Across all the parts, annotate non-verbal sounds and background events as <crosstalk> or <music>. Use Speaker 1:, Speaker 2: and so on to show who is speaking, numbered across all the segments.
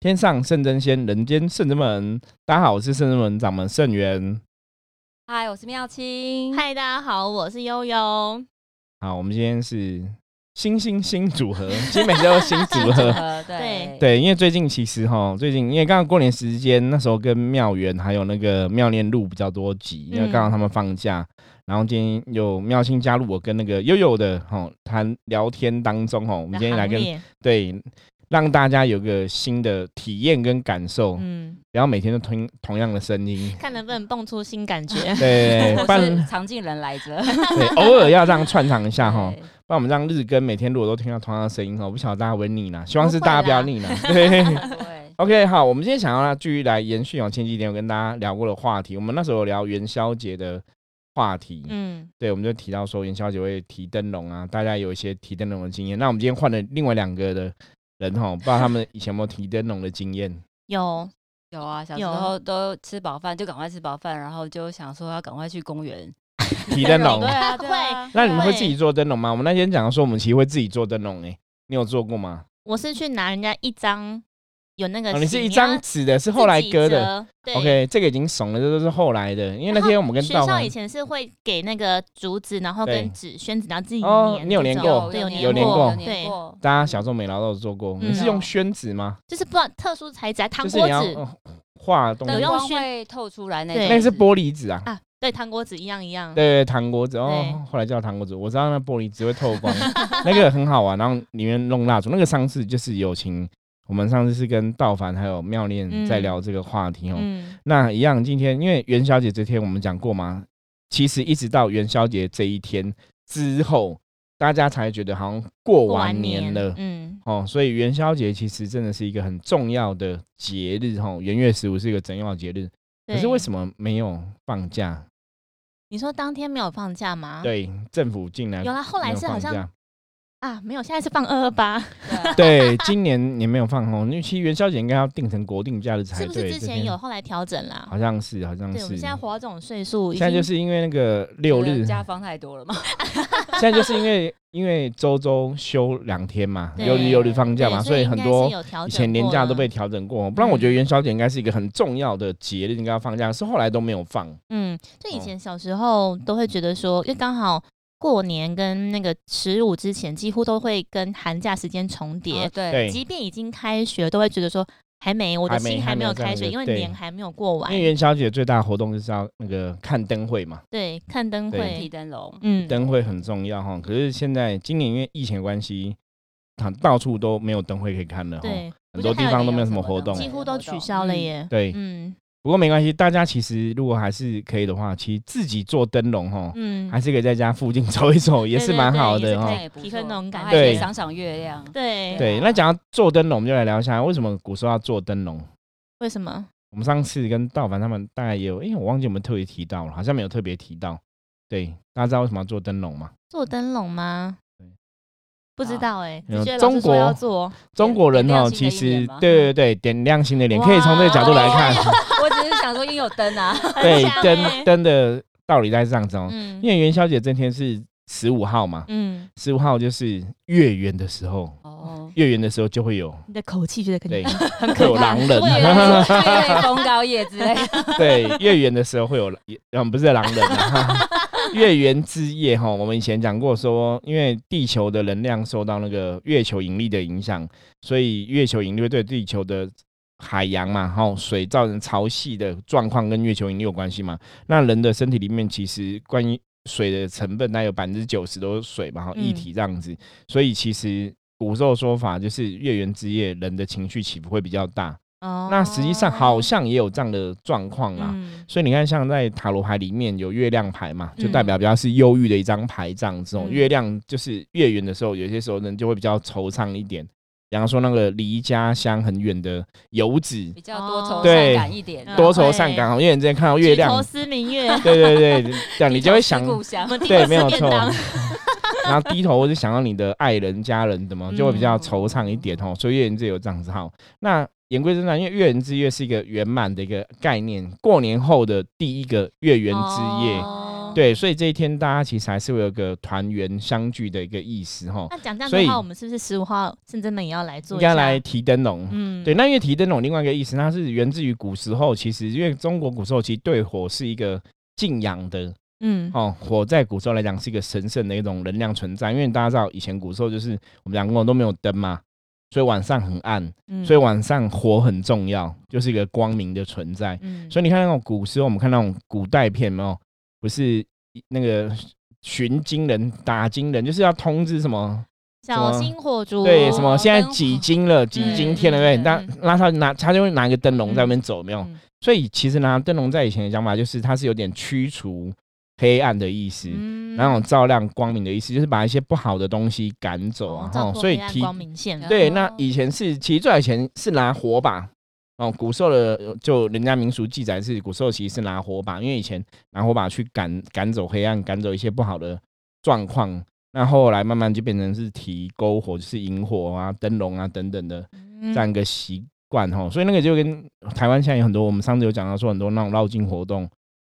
Speaker 1: 天上圣真仙，人间圣真门。大家好，我是圣真门掌门圣元。
Speaker 2: 嗨，我是妙清。 <laughs>
Speaker 3: 嗨，大家好，我是悠悠。
Speaker 1: 好，我们今天是新新新组合，其实每次都是新组合。
Speaker 2: 呃， <laughs> 对
Speaker 3: 对
Speaker 1: 对，因为最近其实哈，最近因为刚刚过年时间，那时候跟妙园还有那个妙念录比较多集，因为刚好他们放假，然后今天有妙心加入我跟那个悠悠的哈谈聊天当中哈，我们今天来
Speaker 3: 行
Speaker 1: 跟
Speaker 3: 列
Speaker 1: 对让大家有个新的体验跟感受，
Speaker 3: 嗯，，
Speaker 1: 不要每天都听同样的声音。
Speaker 3: 看能不能蹦出新感觉
Speaker 1: <laughs> 对，不
Speaker 2: 我是
Speaker 1: 然
Speaker 2: <laughs> 常进人来着。
Speaker 1: 对偶尔 <laughs> 要这样串场一下哈。
Speaker 2: 对
Speaker 1: 不然我们让日更每天如果都听到同样的声音哦，我不晓得大家会不会腻啦，希望
Speaker 3: 不
Speaker 1: 是
Speaker 3: 会
Speaker 1: 大家不要
Speaker 3: 啦
Speaker 1: 腻啦。对
Speaker 2: <laughs> 对，
Speaker 1: ，OK，好，我们今天想要呢继续来延续哦前几天我跟大家聊过的话题，我们那时候有聊元宵节的话题，
Speaker 3: 嗯，
Speaker 1: 对，我们就提到说元宵节会提灯笼啊，大家有一些提灯笼的经验。那我们今天换了另外两个的人哈，不知道他们以前有没有提灯笼的经验？
Speaker 3: 有
Speaker 2: 有啊，小时
Speaker 3: 有
Speaker 2: 候都吃饱饭就赶快吃饱饭，然后就想说要赶快去公园
Speaker 1: 提灯笼
Speaker 2: 对， <laughs> 啊，对啊，
Speaker 1: 那你们会
Speaker 3: 会
Speaker 1: 自己做灯笼吗？我们那天讲说我们其实会自己做灯笼诶、欸你有做过吗？
Speaker 3: 我是去拿人家一张有那个
Speaker 1: 哦，
Speaker 3: 纸、
Speaker 1: 你是一张纸的，是后来割
Speaker 3: 割
Speaker 1: 的。。
Speaker 3: 对
Speaker 1: OK，这个已经怂了，这都是后来的，因为那
Speaker 3: 然后
Speaker 1: 天我们跟
Speaker 3: 学
Speaker 1: 道
Speaker 3: 校
Speaker 1: 凡
Speaker 3: 以前是会给那个竹子，然后
Speaker 1: 对
Speaker 3: 跟纸宣纸，然后自己
Speaker 1: 哦你有
Speaker 3: 这
Speaker 1: 粘
Speaker 3: 种
Speaker 1: 过
Speaker 3: 对，
Speaker 1: 有
Speaker 3: 有
Speaker 1: 粘
Speaker 3: 粘
Speaker 1: 过
Speaker 2: 有
Speaker 3: 对
Speaker 2: 粘，过。
Speaker 1: 大家小时候美劳都有做过，
Speaker 3: 嗯
Speaker 1: 你是用宣纸吗？
Speaker 3: 就是不知道特殊材质啊，糖
Speaker 1: 就是
Speaker 3: 果
Speaker 1: 你要
Speaker 3: 纸、
Speaker 1: 呃画东
Speaker 2: 灯
Speaker 1: 西
Speaker 3: 有，
Speaker 2: 光
Speaker 3: 用熏
Speaker 2: 会透出来那
Speaker 3: 对
Speaker 2: 种，
Speaker 1: 那个是玻璃纸啊。
Speaker 3: 啊，对，糖果纸一样一样。
Speaker 1: 对，糖果纸
Speaker 3: 嗯对
Speaker 1: 哦，后来叫糖果纸，我知道那玻璃纸会透光，那个很好玩，然后里面弄蜡烛。那个上次就是友情，我们上次是跟道凡还有妙念在
Speaker 3: 嗯
Speaker 1: 聊这个话题哦。
Speaker 3: 嗯，
Speaker 1: 那一样，今天因为元宵节这天我们讲过嘛，其实一直到元宵节这一天之后，大家才觉得好像过
Speaker 3: 过
Speaker 1: 完
Speaker 3: 完
Speaker 1: 年了。
Speaker 3: 嗯，
Speaker 1: 哦，所以元宵节其实真的是一个很重要的节日哦，元月十五是一个重要的节日，可是
Speaker 3: 对
Speaker 1: 为什么没有放假？
Speaker 3: 你说当天没有放假吗？，
Speaker 1: 对，政府进来
Speaker 3: 啊有啦，后
Speaker 1: 没
Speaker 3: 来
Speaker 1: 有
Speaker 3: 是好
Speaker 1: 放
Speaker 3: 像
Speaker 1: 假，
Speaker 3: 啊，没有，现在是放二二八，
Speaker 2: 对啊
Speaker 1: <laughs> 对，今年也没有放哦，因为其实元宵节应该要定成国定假日才
Speaker 3: 是
Speaker 1: 对。
Speaker 3: 不是之
Speaker 1: 这
Speaker 3: 前
Speaker 1: 天
Speaker 3: 有后来调整啦？
Speaker 1: 好像是，好像
Speaker 3: 对，我
Speaker 1: 是。
Speaker 3: 们现在活到这种岁数，已
Speaker 1: 现在就
Speaker 3: 经
Speaker 1: 是因为那个六
Speaker 2: 觉得
Speaker 1: 日，
Speaker 2: 家放啊太多了嘛，
Speaker 1: 现在就是因为因为周周休两天嘛，
Speaker 3: 对
Speaker 1: 六日六日放假
Speaker 3: 对
Speaker 1: 嘛，
Speaker 3: 所
Speaker 1: 以
Speaker 3: 应
Speaker 1: 很
Speaker 3: 该
Speaker 1: 多
Speaker 3: 是有调
Speaker 1: 以
Speaker 3: 整
Speaker 1: 前年
Speaker 3: 过
Speaker 1: 假
Speaker 3: 了嗯
Speaker 1: 都被调整过，哦不然我觉得元宵节应该是一个很重要的节日，应该要放假，可是后来都没有放。
Speaker 3: 嗯，就以
Speaker 1: 哦
Speaker 3: 前小时候都会觉得说，因为刚好过年跟那个十五之前几乎都会跟寒假时间重
Speaker 2: 哦
Speaker 3: 叠，
Speaker 2: 对，
Speaker 1: 啊对，
Speaker 3: 即便已经开学，都会觉得说还没，我的
Speaker 1: 还没
Speaker 3: 心
Speaker 1: 还
Speaker 3: 还
Speaker 1: 没
Speaker 3: 没
Speaker 1: 有
Speaker 3: 有
Speaker 1: 这样
Speaker 3: 开学，
Speaker 1: 子
Speaker 3: 因为
Speaker 1: 对
Speaker 3: 年还没有过完
Speaker 1: 因为。元宵节最大的活动就是要那个看灯会嘛，
Speaker 3: 对，看灯
Speaker 1: 对
Speaker 2: 提
Speaker 3: 会，
Speaker 2: 灯笼，
Speaker 3: 嗯，
Speaker 1: 灯会很重要哈。可是现在今年因为疫情的关系，它到处都没有灯会可以看了哈，
Speaker 3: 对，
Speaker 1: 哦很多地方都没有什么活
Speaker 2: 不
Speaker 1: 动
Speaker 2: 是还有一个叫什么灯会。
Speaker 3: 几乎都取消了耶。
Speaker 1: 对，
Speaker 3: 嗯
Speaker 1: 不过没关系，大家其实如果还是可以的话，其实自己做灯笼哈，
Speaker 3: 嗯
Speaker 1: 还，是可以在家附近走一走，也是
Speaker 3: 对
Speaker 1: 蛮好
Speaker 3: 对也
Speaker 1: 的
Speaker 3: 是
Speaker 1: 哈
Speaker 3: 可以。
Speaker 2: 也不
Speaker 3: 提升那种感
Speaker 2: 然后还可以
Speaker 1: 觉
Speaker 2: 赏赏月亮，
Speaker 3: 对
Speaker 2: 对
Speaker 1: 对，
Speaker 2: 啊
Speaker 1: 那讲到做灯笼，我们就来聊一下为什么古时候要做灯笼。
Speaker 3: 为什么？
Speaker 1: 我们上次跟道凡他们大概也有，因为我忘记我们特别提到了，好像没有特别提到。对，大家知道为什么要做灯笼吗？
Speaker 3: 做灯笼吗
Speaker 1: 对？
Speaker 3: 不知
Speaker 2: 好
Speaker 3: 道哎，
Speaker 1: 嗯
Speaker 3: 只觉得
Speaker 1: 中
Speaker 3: 老师说
Speaker 1: 国 <laughs>
Speaker 3: 要做，
Speaker 1: 中国人哦，
Speaker 2: 点亮
Speaker 1: 其
Speaker 2: 新的一
Speaker 1: 实
Speaker 2: 年吗
Speaker 1: 对对对，点亮新的脸，可以从这个角度来看，
Speaker 2: <laughs> 我只是想说，因为有灯啊，
Speaker 1: 对
Speaker 3: 很香
Speaker 1: 灯
Speaker 3: 欸
Speaker 1: 灯的道理在这样子哦。
Speaker 3: 嗯
Speaker 1: 因为元宵节这天是十五号嘛，
Speaker 3: 嗯，
Speaker 1: 十五号就是月圆的时候，
Speaker 2: 哦，
Speaker 1: 月圆的时候就会有
Speaker 3: 你的口气觉得肯定
Speaker 1: 对，会有狼人， <laughs>
Speaker 2: 对，对，风高夜之类的，
Speaker 3: <laughs>
Speaker 1: 对，月圆的时候会有，嗯，不是狼人啊，
Speaker 3: <laughs>
Speaker 1: 月圆之夜哈，我们以前讲过说，因为地球的能量受到那个月球引力的影响，所以月球引力会对地球的海洋嘛，哈，水造成潮汐的状况跟月球引力有关系嘛。那人的身体里面其实关于水的成分，大概有百分之九十都是水嘛，哈，
Speaker 3: 嗯
Speaker 1: 液体这样子，所以其实。古时候说法就是月圆之夜，人的情绪起伏会比较大。
Speaker 3: 哦
Speaker 1: 那实际上好像也有这样的状况啦。
Speaker 3: 嗯
Speaker 1: 所以你看，像在塔罗牌里面有月亮牌嘛，就
Speaker 3: 嗯
Speaker 1: 代表比较是忧郁的一张牌这样子哦。
Speaker 3: 嗯
Speaker 1: 月亮就是月圆的时候，有些时候人就会比较惆怅一点。比方说那个离家乡很远的游子，
Speaker 2: <laughs> 比较多愁
Speaker 1: 对
Speaker 2: 善感一点的，啊
Speaker 1: 多愁善感哦，因为你之前看到月
Speaker 3: 啊举头
Speaker 1: 亮，
Speaker 3: 思
Speaker 1: <laughs>
Speaker 3: 明月，
Speaker 1: 对对对，这样你
Speaker 2: 低
Speaker 1: 就会
Speaker 2: 头思
Speaker 1: 想，
Speaker 2: 故乡
Speaker 3: 我， <laughs> 们第
Speaker 1: 对
Speaker 3: 二，
Speaker 1: 没有
Speaker 3: 次便
Speaker 1: 错
Speaker 3: 当。。
Speaker 1: 然后低头或者想到你的爱人、家人，怎么
Speaker 3: 嗯
Speaker 1: 就会比较惆怅一点哦。所以月圆之夜有这样子哈。那言归正传，因为月圆之夜是一个圆满的一个概念，过年后的第一个月圆之夜。
Speaker 3: 哦
Speaker 1: 对，所以这一天大家其实还是会有个团圆相聚的一个意思哈。
Speaker 3: 那讲这样
Speaker 1: 所以
Speaker 3: 的话，我们是不是十五号深圳们也要来做
Speaker 1: 应
Speaker 3: 一下？
Speaker 1: 该来，提灯笼，
Speaker 3: 嗯，
Speaker 1: 对，，那因为提灯笼另外一个意思，它是源自于古时候，其实因为中国古时候其实对火是一个敬仰的
Speaker 3: 嗯，
Speaker 1: 哦，火在古时候来讲是一个神圣的一种能量存在，因为大家知道以前古时候就是我们两个都没有灯嘛，所以晚上很暗，
Speaker 3: 嗯
Speaker 1: 所以，晚上火很重要，就是一个光明的存在。
Speaker 3: 嗯，
Speaker 1: 所以你看那种古时候，我们看那种古代片有没有，不是一那个寻金人、打金人，就是要通知什么
Speaker 3: 小
Speaker 1: 么
Speaker 3: 心火烛，哦
Speaker 1: 对，什么现在
Speaker 2: 灯火
Speaker 1: 几斤了，几斤天了，对不对？
Speaker 2: 嗯
Speaker 1: 那那他拿他就会拿一个灯笼在那边走，有没有
Speaker 3: 嗯。
Speaker 1: 所以其实拿灯笼在以前的讲法就是，它是有点驱除黑暗的意思，
Speaker 3: 嗯
Speaker 1: 然后照亮光明的意思，就是把一些不好的东西赶走啊。
Speaker 3: 哦照
Speaker 1: 哈
Speaker 3: 破
Speaker 1: 所以
Speaker 3: 黑暗
Speaker 1: 提
Speaker 3: 光明啊线，
Speaker 1: 对，
Speaker 2: 哦
Speaker 1: 那以前是其实最早以前是拿火把。哦，古时候的就人家民俗记载是古时候其实是拿火把，因为以前拿火把去赶赶走黑暗，赶走一些不好的状况。那后来慢慢就变成是提篝火，就是引火啊、灯笼啊等等的
Speaker 3: 嗯
Speaker 1: 这样一个习惯哈。所以那个就跟台湾现在有很多，我们上次有讲到说很多那种绕境活动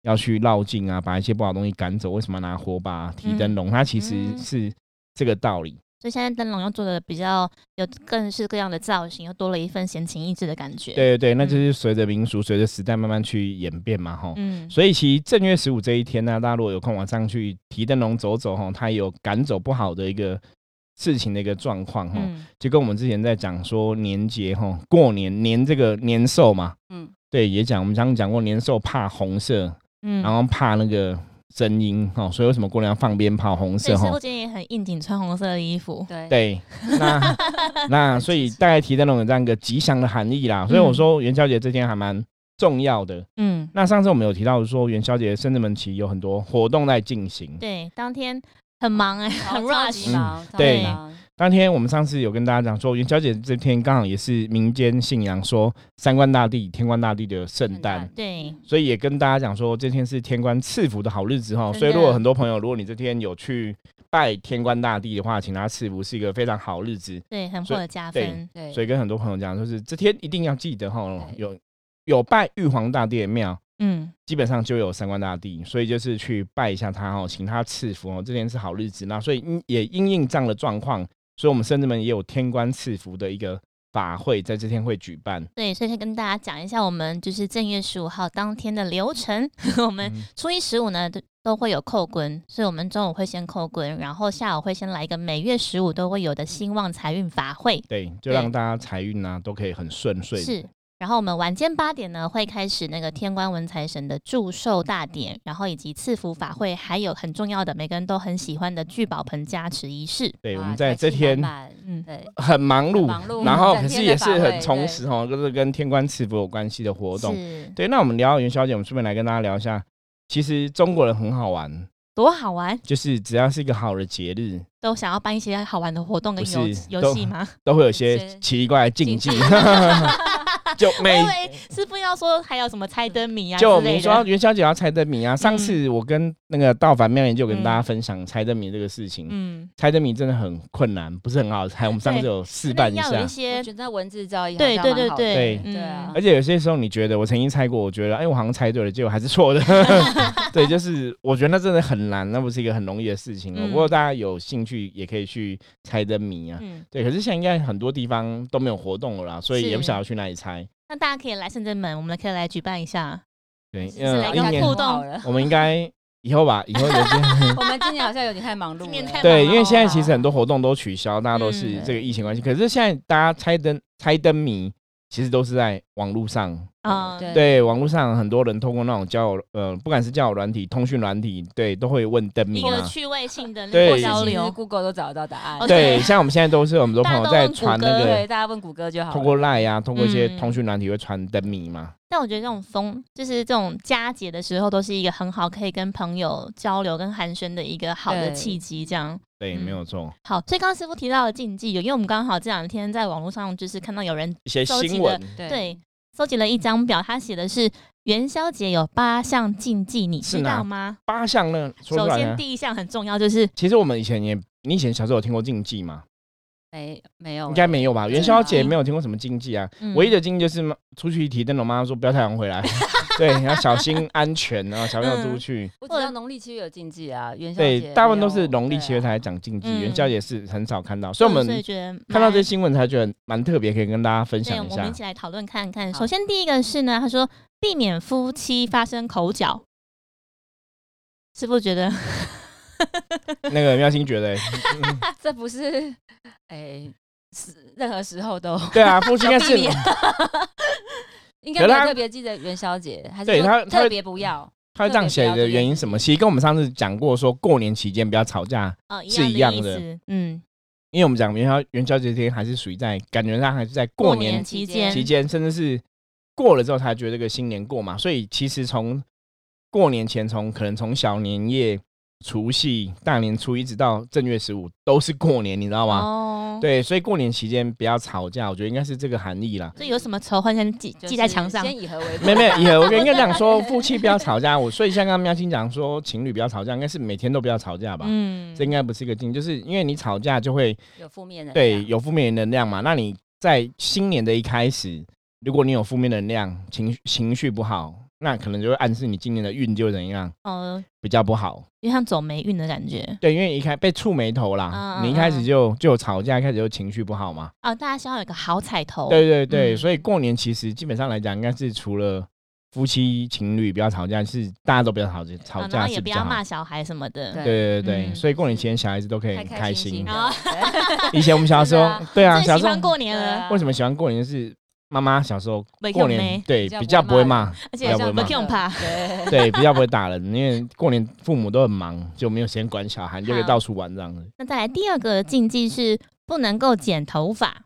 Speaker 1: 要去绕境啊，把一些不好的东西赶走，为什么要拿火把啊、提灯笼？它其实
Speaker 3: 嗯
Speaker 1: 是这个道理。
Speaker 3: 所以现在灯笼要做的比较有更是各样的造型，又多了一份闲情逸致的感觉。，
Speaker 1: 对对对，那
Speaker 3: 嗯
Speaker 1: 就是随着民俗、随着时代慢慢去演变嘛，哈。
Speaker 3: 嗯，
Speaker 1: 所以其实正月十五这一天呢、大家如果有空晚上去提灯笼走走哈，它也有赶走不好的一个事情的一个状况哈，
Speaker 3: 嗯，
Speaker 1: 就跟我们之前在讲说年节哈，过年年这个年兽嘛，
Speaker 2: 嗯，
Speaker 1: 对，也讲我们刚刚讲过年兽怕红色，
Speaker 3: 嗯，
Speaker 1: 然后怕那个声音哈，所以为什么过年要放鞭炮红
Speaker 3: 所
Speaker 1: 色
Speaker 3: 以
Speaker 1: 哈
Speaker 3: 师？傅今天也很应景，穿红色的衣服。
Speaker 2: 对，
Speaker 1: 对，那那所以大概提灯笼有这样一个吉祥的含义啦，所以我说元宵节这天还蛮重要的。
Speaker 3: 嗯，
Speaker 1: 那上次我们有提到说元宵节深圳门旗有很多活动在进行，
Speaker 3: 对，当天很忙哎、
Speaker 2: 超
Speaker 3: 很
Speaker 2: 超级
Speaker 3: rush。
Speaker 2: 忙，超级
Speaker 1: 对
Speaker 2: 忙
Speaker 1: 当天我们上次有跟大家讲说元宵节这天刚好也是民间信仰说三官大帝、天官大帝的圣诞
Speaker 2: 圣。
Speaker 3: 对，
Speaker 1: 所以也跟大家讲说，这天是天官赐福的好日子哈。
Speaker 3: 真的
Speaker 1: 所以如果很多朋友，如果你这天有去拜天官大帝的话，请他赐福是一个非常好日子。
Speaker 3: 对，很
Speaker 1: 所
Speaker 3: 获
Speaker 1: 以
Speaker 3: 得加
Speaker 1: 对
Speaker 3: 分。
Speaker 2: 对，
Speaker 1: 所以跟很多朋友讲，就是这天一定要记得哈，
Speaker 2: 对
Speaker 1: 有有拜玉皇大帝的庙，
Speaker 3: 嗯，
Speaker 1: 基本上就有三官大帝，所以就是去拜一下他哦，请他赐福哦，这天是好日子。那所以因也因应这样的状况，所以我们甚至们也有天官赐福的一个法会，在这天会举办。
Speaker 3: 对，所以先跟大家讲一下，我们就是正月十五号当天的流程。 <laughs> 我们
Speaker 1: 嗯
Speaker 3: 初一十五呢都都会有扣棍，所以我们中午会先扣棍，然后下午会先来一个每月十五都会
Speaker 1: 嗯
Speaker 3: 有的兴旺财运法会。
Speaker 1: 对，就让大家财运啊都可以很顺遂。
Speaker 3: 是。然后我们晚间八点呢，会开始那个天官文财神的祝寿大典，然后以及赐福法会，还有很重要的每个人都很喜欢的聚宝盆加持仪式。
Speaker 1: 对，我
Speaker 2: 哇
Speaker 1: 们在这
Speaker 2: 财气满
Speaker 1: 天
Speaker 2: 满
Speaker 3: 嗯
Speaker 2: 对，
Speaker 1: 很忙碌，
Speaker 2: 很忙碌
Speaker 1: 然后
Speaker 2: 整
Speaker 1: 可是
Speaker 2: 天
Speaker 1: 也
Speaker 2: 的法
Speaker 1: 是很
Speaker 2: 会
Speaker 1: 充
Speaker 2: 对
Speaker 1: 实哦，就是跟天官赐福有关系的活动。
Speaker 3: 是
Speaker 1: 对，那我们聊到元宵节，我们顺便来跟大家聊一下，其实中国人很好玩，
Speaker 3: 多好玩，
Speaker 1: 就是只要是一个好的节日，
Speaker 3: 都想要办一些好玩的活动跟
Speaker 1: 不
Speaker 3: 游
Speaker 1: 是
Speaker 3: 游
Speaker 1: 都 <laughs>
Speaker 3: 戏吗？
Speaker 1: 都会有一些
Speaker 2: 是
Speaker 1: 奇怪的禁忌
Speaker 2: 禁
Speaker 3: <laughs>
Speaker 2: 忌，
Speaker 1: <laughs> 就
Speaker 3: 我
Speaker 1: 每
Speaker 3: 以为师傅要说还有什么猜灯谜啊之
Speaker 1: 就我
Speaker 3: 类
Speaker 1: 们说
Speaker 3: 的。
Speaker 1: 元宵节要猜灯谜啊，上
Speaker 3: 嗯
Speaker 1: 次我跟那个道凡妙研就跟
Speaker 3: 嗯
Speaker 1: 大家分享猜灯谜这个事情，
Speaker 3: 嗯，
Speaker 1: 猜灯谜真的很困难，不是很好猜。我们上次有示
Speaker 3: 那
Speaker 1: 范一
Speaker 3: 要有
Speaker 1: 下
Speaker 3: 一，
Speaker 2: 我
Speaker 3: 些
Speaker 2: 觉得那文字造诣好
Speaker 3: 对
Speaker 2: 像
Speaker 3: 对
Speaker 2: 蛮
Speaker 3: 对
Speaker 2: 好
Speaker 3: 对
Speaker 2: 的
Speaker 1: 对
Speaker 3: 嗯
Speaker 2: 对啊
Speaker 1: 而且有些时候你觉得我曾经猜过，我觉得哎、我好像猜对了，结果还是错
Speaker 3: <laughs>
Speaker 1: 的。 <laughs> 对，就是我觉得那真的很难，那不是一个很容易的事情、哦。
Speaker 3: 嗯
Speaker 1: 不过大家有兴趣也可以去猜灯谜啊。
Speaker 3: 嗯，
Speaker 1: 对，可是现在应该很多地方都没有活动了啦，所以也不
Speaker 3: 是
Speaker 1: 晓得去哪里猜。
Speaker 3: 那大家可以来深圳门，我们可以来举办一下。
Speaker 1: 对，
Speaker 3: 是
Speaker 1: 嗯
Speaker 3: 来，
Speaker 1: 一
Speaker 3: 个
Speaker 1: 年
Speaker 3: 互
Speaker 2: 互
Speaker 3: 动
Speaker 2: 动了。
Speaker 1: 我们应
Speaker 3: <laughs>
Speaker 1: 该以后吧，以后有机会。
Speaker 2: <laughs> 我们今年好像有点太忙碌了，
Speaker 3: 今年太
Speaker 1: 对，
Speaker 3: 忙
Speaker 1: 因为
Speaker 3: 了
Speaker 1: 现在其
Speaker 3: 哦
Speaker 1: 实很多活动都取消，大家都是
Speaker 3: 嗯
Speaker 1: 这个疫情关系。可是现在大家猜灯猜灯谜，其实都是在网络上。
Speaker 3: 啊、
Speaker 2: 对
Speaker 1: 嗯对，网络上很多人通过那种交友，呃，不管是交友软体、通讯软体，对，都会问灯
Speaker 3: 一
Speaker 1: 谜
Speaker 3: 个
Speaker 1: 嘛。
Speaker 3: 趣味性的
Speaker 1: 对
Speaker 3: 那个交
Speaker 2: 其
Speaker 3: 流
Speaker 2: 实。Google 都找得到答案。
Speaker 3: 哦
Speaker 1: 对，
Speaker 3: 对
Speaker 1: 像我们现在都是有很多朋
Speaker 3: 大家
Speaker 1: 友
Speaker 3: 都
Speaker 1: 在
Speaker 3: 问谷
Speaker 1: 传那
Speaker 3: 歌
Speaker 1: 个
Speaker 2: 对，，大家问谷歌就好了。
Speaker 1: 通过 Line 啊，通过一些
Speaker 3: 嗯
Speaker 1: 通讯软体会传灯谜嘛。
Speaker 3: 但我觉得这种风，就是这种佳节的时候，都是一个很好可以跟朋友交流、跟寒暄的一个好的
Speaker 2: 对
Speaker 3: 契机。这样
Speaker 1: 对，
Speaker 3: 嗯
Speaker 1: 没有错，
Speaker 3: 好，所以刚刚师傅提到的禁忌，有因为我们刚好这两天在网络上就是看到有人
Speaker 1: 一些
Speaker 3: 收集
Speaker 1: 新
Speaker 3: 的
Speaker 1: 闻，
Speaker 3: 对搜集了一张表，他写的是元宵节有八项禁忌，你
Speaker 1: 是
Speaker 3: 知
Speaker 1: 哪
Speaker 3: 道吗？
Speaker 1: 八项呢，说出
Speaker 3: 首
Speaker 1: 来
Speaker 3: 先
Speaker 1: 呢。
Speaker 3: 第一项很重要，就是
Speaker 1: 其实我们以前也，你以前小时候有听过禁忌吗？
Speaker 2: 没没有，
Speaker 1: 应该没有吧？
Speaker 2: 真
Speaker 1: 元
Speaker 2: 的
Speaker 1: 宵
Speaker 2: 吗
Speaker 1: 节没有听过什么禁忌啊。
Speaker 3: 哦嗯 <laughs>
Speaker 1: 唯一的经验就是妈出去提灯笼，妈妈说不要太晚回来，对，你要小心安全啊，小朋友出去。
Speaker 2: 我知道农历七月有禁忌啊，元宵节
Speaker 1: 对，大部分都
Speaker 2: 没
Speaker 1: 是
Speaker 2: 有
Speaker 1: 农历
Speaker 2: 对
Speaker 1: 七月
Speaker 2: 啊
Speaker 1: 才讲禁忌，元
Speaker 3: 嗯
Speaker 1: 宵节是很少看到，所以我们
Speaker 3: 所以觉得
Speaker 1: 看到
Speaker 3: 蛮
Speaker 1: 这些新闻才觉得蛮特别，可以跟大家分
Speaker 3: 对，
Speaker 1: 享一
Speaker 3: 我们
Speaker 1: 下
Speaker 3: 一。起来讨论看看。
Speaker 2: 好
Speaker 3: 首先第一个是呢，他说避免夫妻发生口角，师傅觉得
Speaker 1: 那个妙心觉得欸，
Speaker 2: <laughs> 这不是哎，是任何时候都
Speaker 1: 对啊，父 <laughs> 亲应该是
Speaker 2: 避免 <laughs> 应
Speaker 1: 可
Speaker 2: 该没有
Speaker 1: 他
Speaker 2: 特别记得元宵节，还是
Speaker 1: 对
Speaker 2: 说
Speaker 1: 他他
Speaker 2: 特别不要
Speaker 1: 他会这样写的原因是什么？其实跟我们上次讲过，说过年期间不要吵架，
Speaker 3: 哦
Speaker 1: 是一
Speaker 3: 样
Speaker 1: 样的
Speaker 3: 意思，嗯，
Speaker 1: 因为我们讲元宵元宵节这天还是属于在感觉上还是在过年
Speaker 3: 期
Speaker 2: 过年
Speaker 1: 期
Speaker 3: 间，
Speaker 1: 间，甚至是过了之后才觉得这个新年过嘛。所以其实从过年前，从可能从小年夜、除夕、大年初一直到正月十五都是过年，你知道吗？
Speaker 3: 哦，，
Speaker 1: 对，所以过年期间不要吵架，我觉得应该是这个含义啦。 <laughs>
Speaker 3: 所以有什么仇恨先记
Speaker 2: 就
Speaker 3: 记在
Speaker 2: 是
Speaker 3: 墙上，
Speaker 2: 先以和为
Speaker 1: 没
Speaker 2: 贵。
Speaker 1: 有没有，也我应该讲说夫妻不要吵架。我所以像刚刚喵青讲说情侣不要吵架，应该是每天都不要吵架吧？
Speaker 3: 嗯
Speaker 1: 这应该不是一个禁忌，就是因为你吵架就会
Speaker 2: 有负面的
Speaker 3: 啊
Speaker 1: 对有负面能量嘛。那你在新年的一开始，如果你有负面能量，情绪情绪不好，那可能就会暗示你今年的运就怎样
Speaker 3: 哦，
Speaker 1: 比较不好。
Speaker 3: 有点像走霉运的感觉
Speaker 1: 对，因为一开被触眉头啦，
Speaker 3: 嗯嗯
Speaker 1: 你一开
Speaker 3: 嗯
Speaker 1: 始就就有吵架，开始就情绪不好嘛。
Speaker 3: 哦，大家希望有个好彩头，
Speaker 1: 对对对，
Speaker 3: 嗯
Speaker 1: 所以过年其实基本上来讲，应该是除了。夫妻情侣不要吵架，是大家都不要吵架，
Speaker 3: 啊
Speaker 1: 吵
Speaker 3: 然
Speaker 1: 架
Speaker 3: 后
Speaker 1: 是
Speaker 3: 也不
Speaker 1: 比较
Speaker 3: 要
Speaker 1: 好。
Speaker 3: 骂小孩什么的，
Speaker 2: 对
Speaker 1: 对对对，
Speaker 3: 嗯
Speaker 1: 所以过年期间小孩子都可以
Speaker 2: 开
Speaker 1: 很开
Speaker 2: 心
Speaker 1: 心
Speaker 2: 的。
Speaker 3: 哦
Speaker 2: 对
Speaker 1: 以前我们小
Speaker 3: <laughs>
Speaker 1: 时候
Speaker 2: 真的，
Speaker 1: 对啊，
Speaker 3: 最
Speaker 1: 小
Speaker 3: 喜
Speaker 1: 时候
Speaker 3: 欢过年了，
Speaker 2: 啊
Speaker 1: 为什么喜欢过年？就是妈妈小时候
Speaker 3: 没
Speaker 1: 过
Speaker 3: 用
Speaker 1: 年
Speaker 3: 没，
Speaker 1: 对
Speaker 2: 比较
Speaker 1: 比较不
Speaker 2: 不
Speaker 1: 会
Speaker 2: 会
Speaker 1: 骂，
Speaker 3: 而
Speaker 1: 要不
Speaker 3: 且
Speaker 1: 会
Speaker 3: 像
Speaker 1: 骂
Speaker 3: 没用怕，
Speaker 2: 对，
Speaker 1: 对比较不会打人，因为过年父母都很忙，就没有时间管小孩，就可以
Speaker 3: 好
Speaker 1: 到处玩这样子。
Speaker 3: 那再来第二个禁忌是不能够剪头发。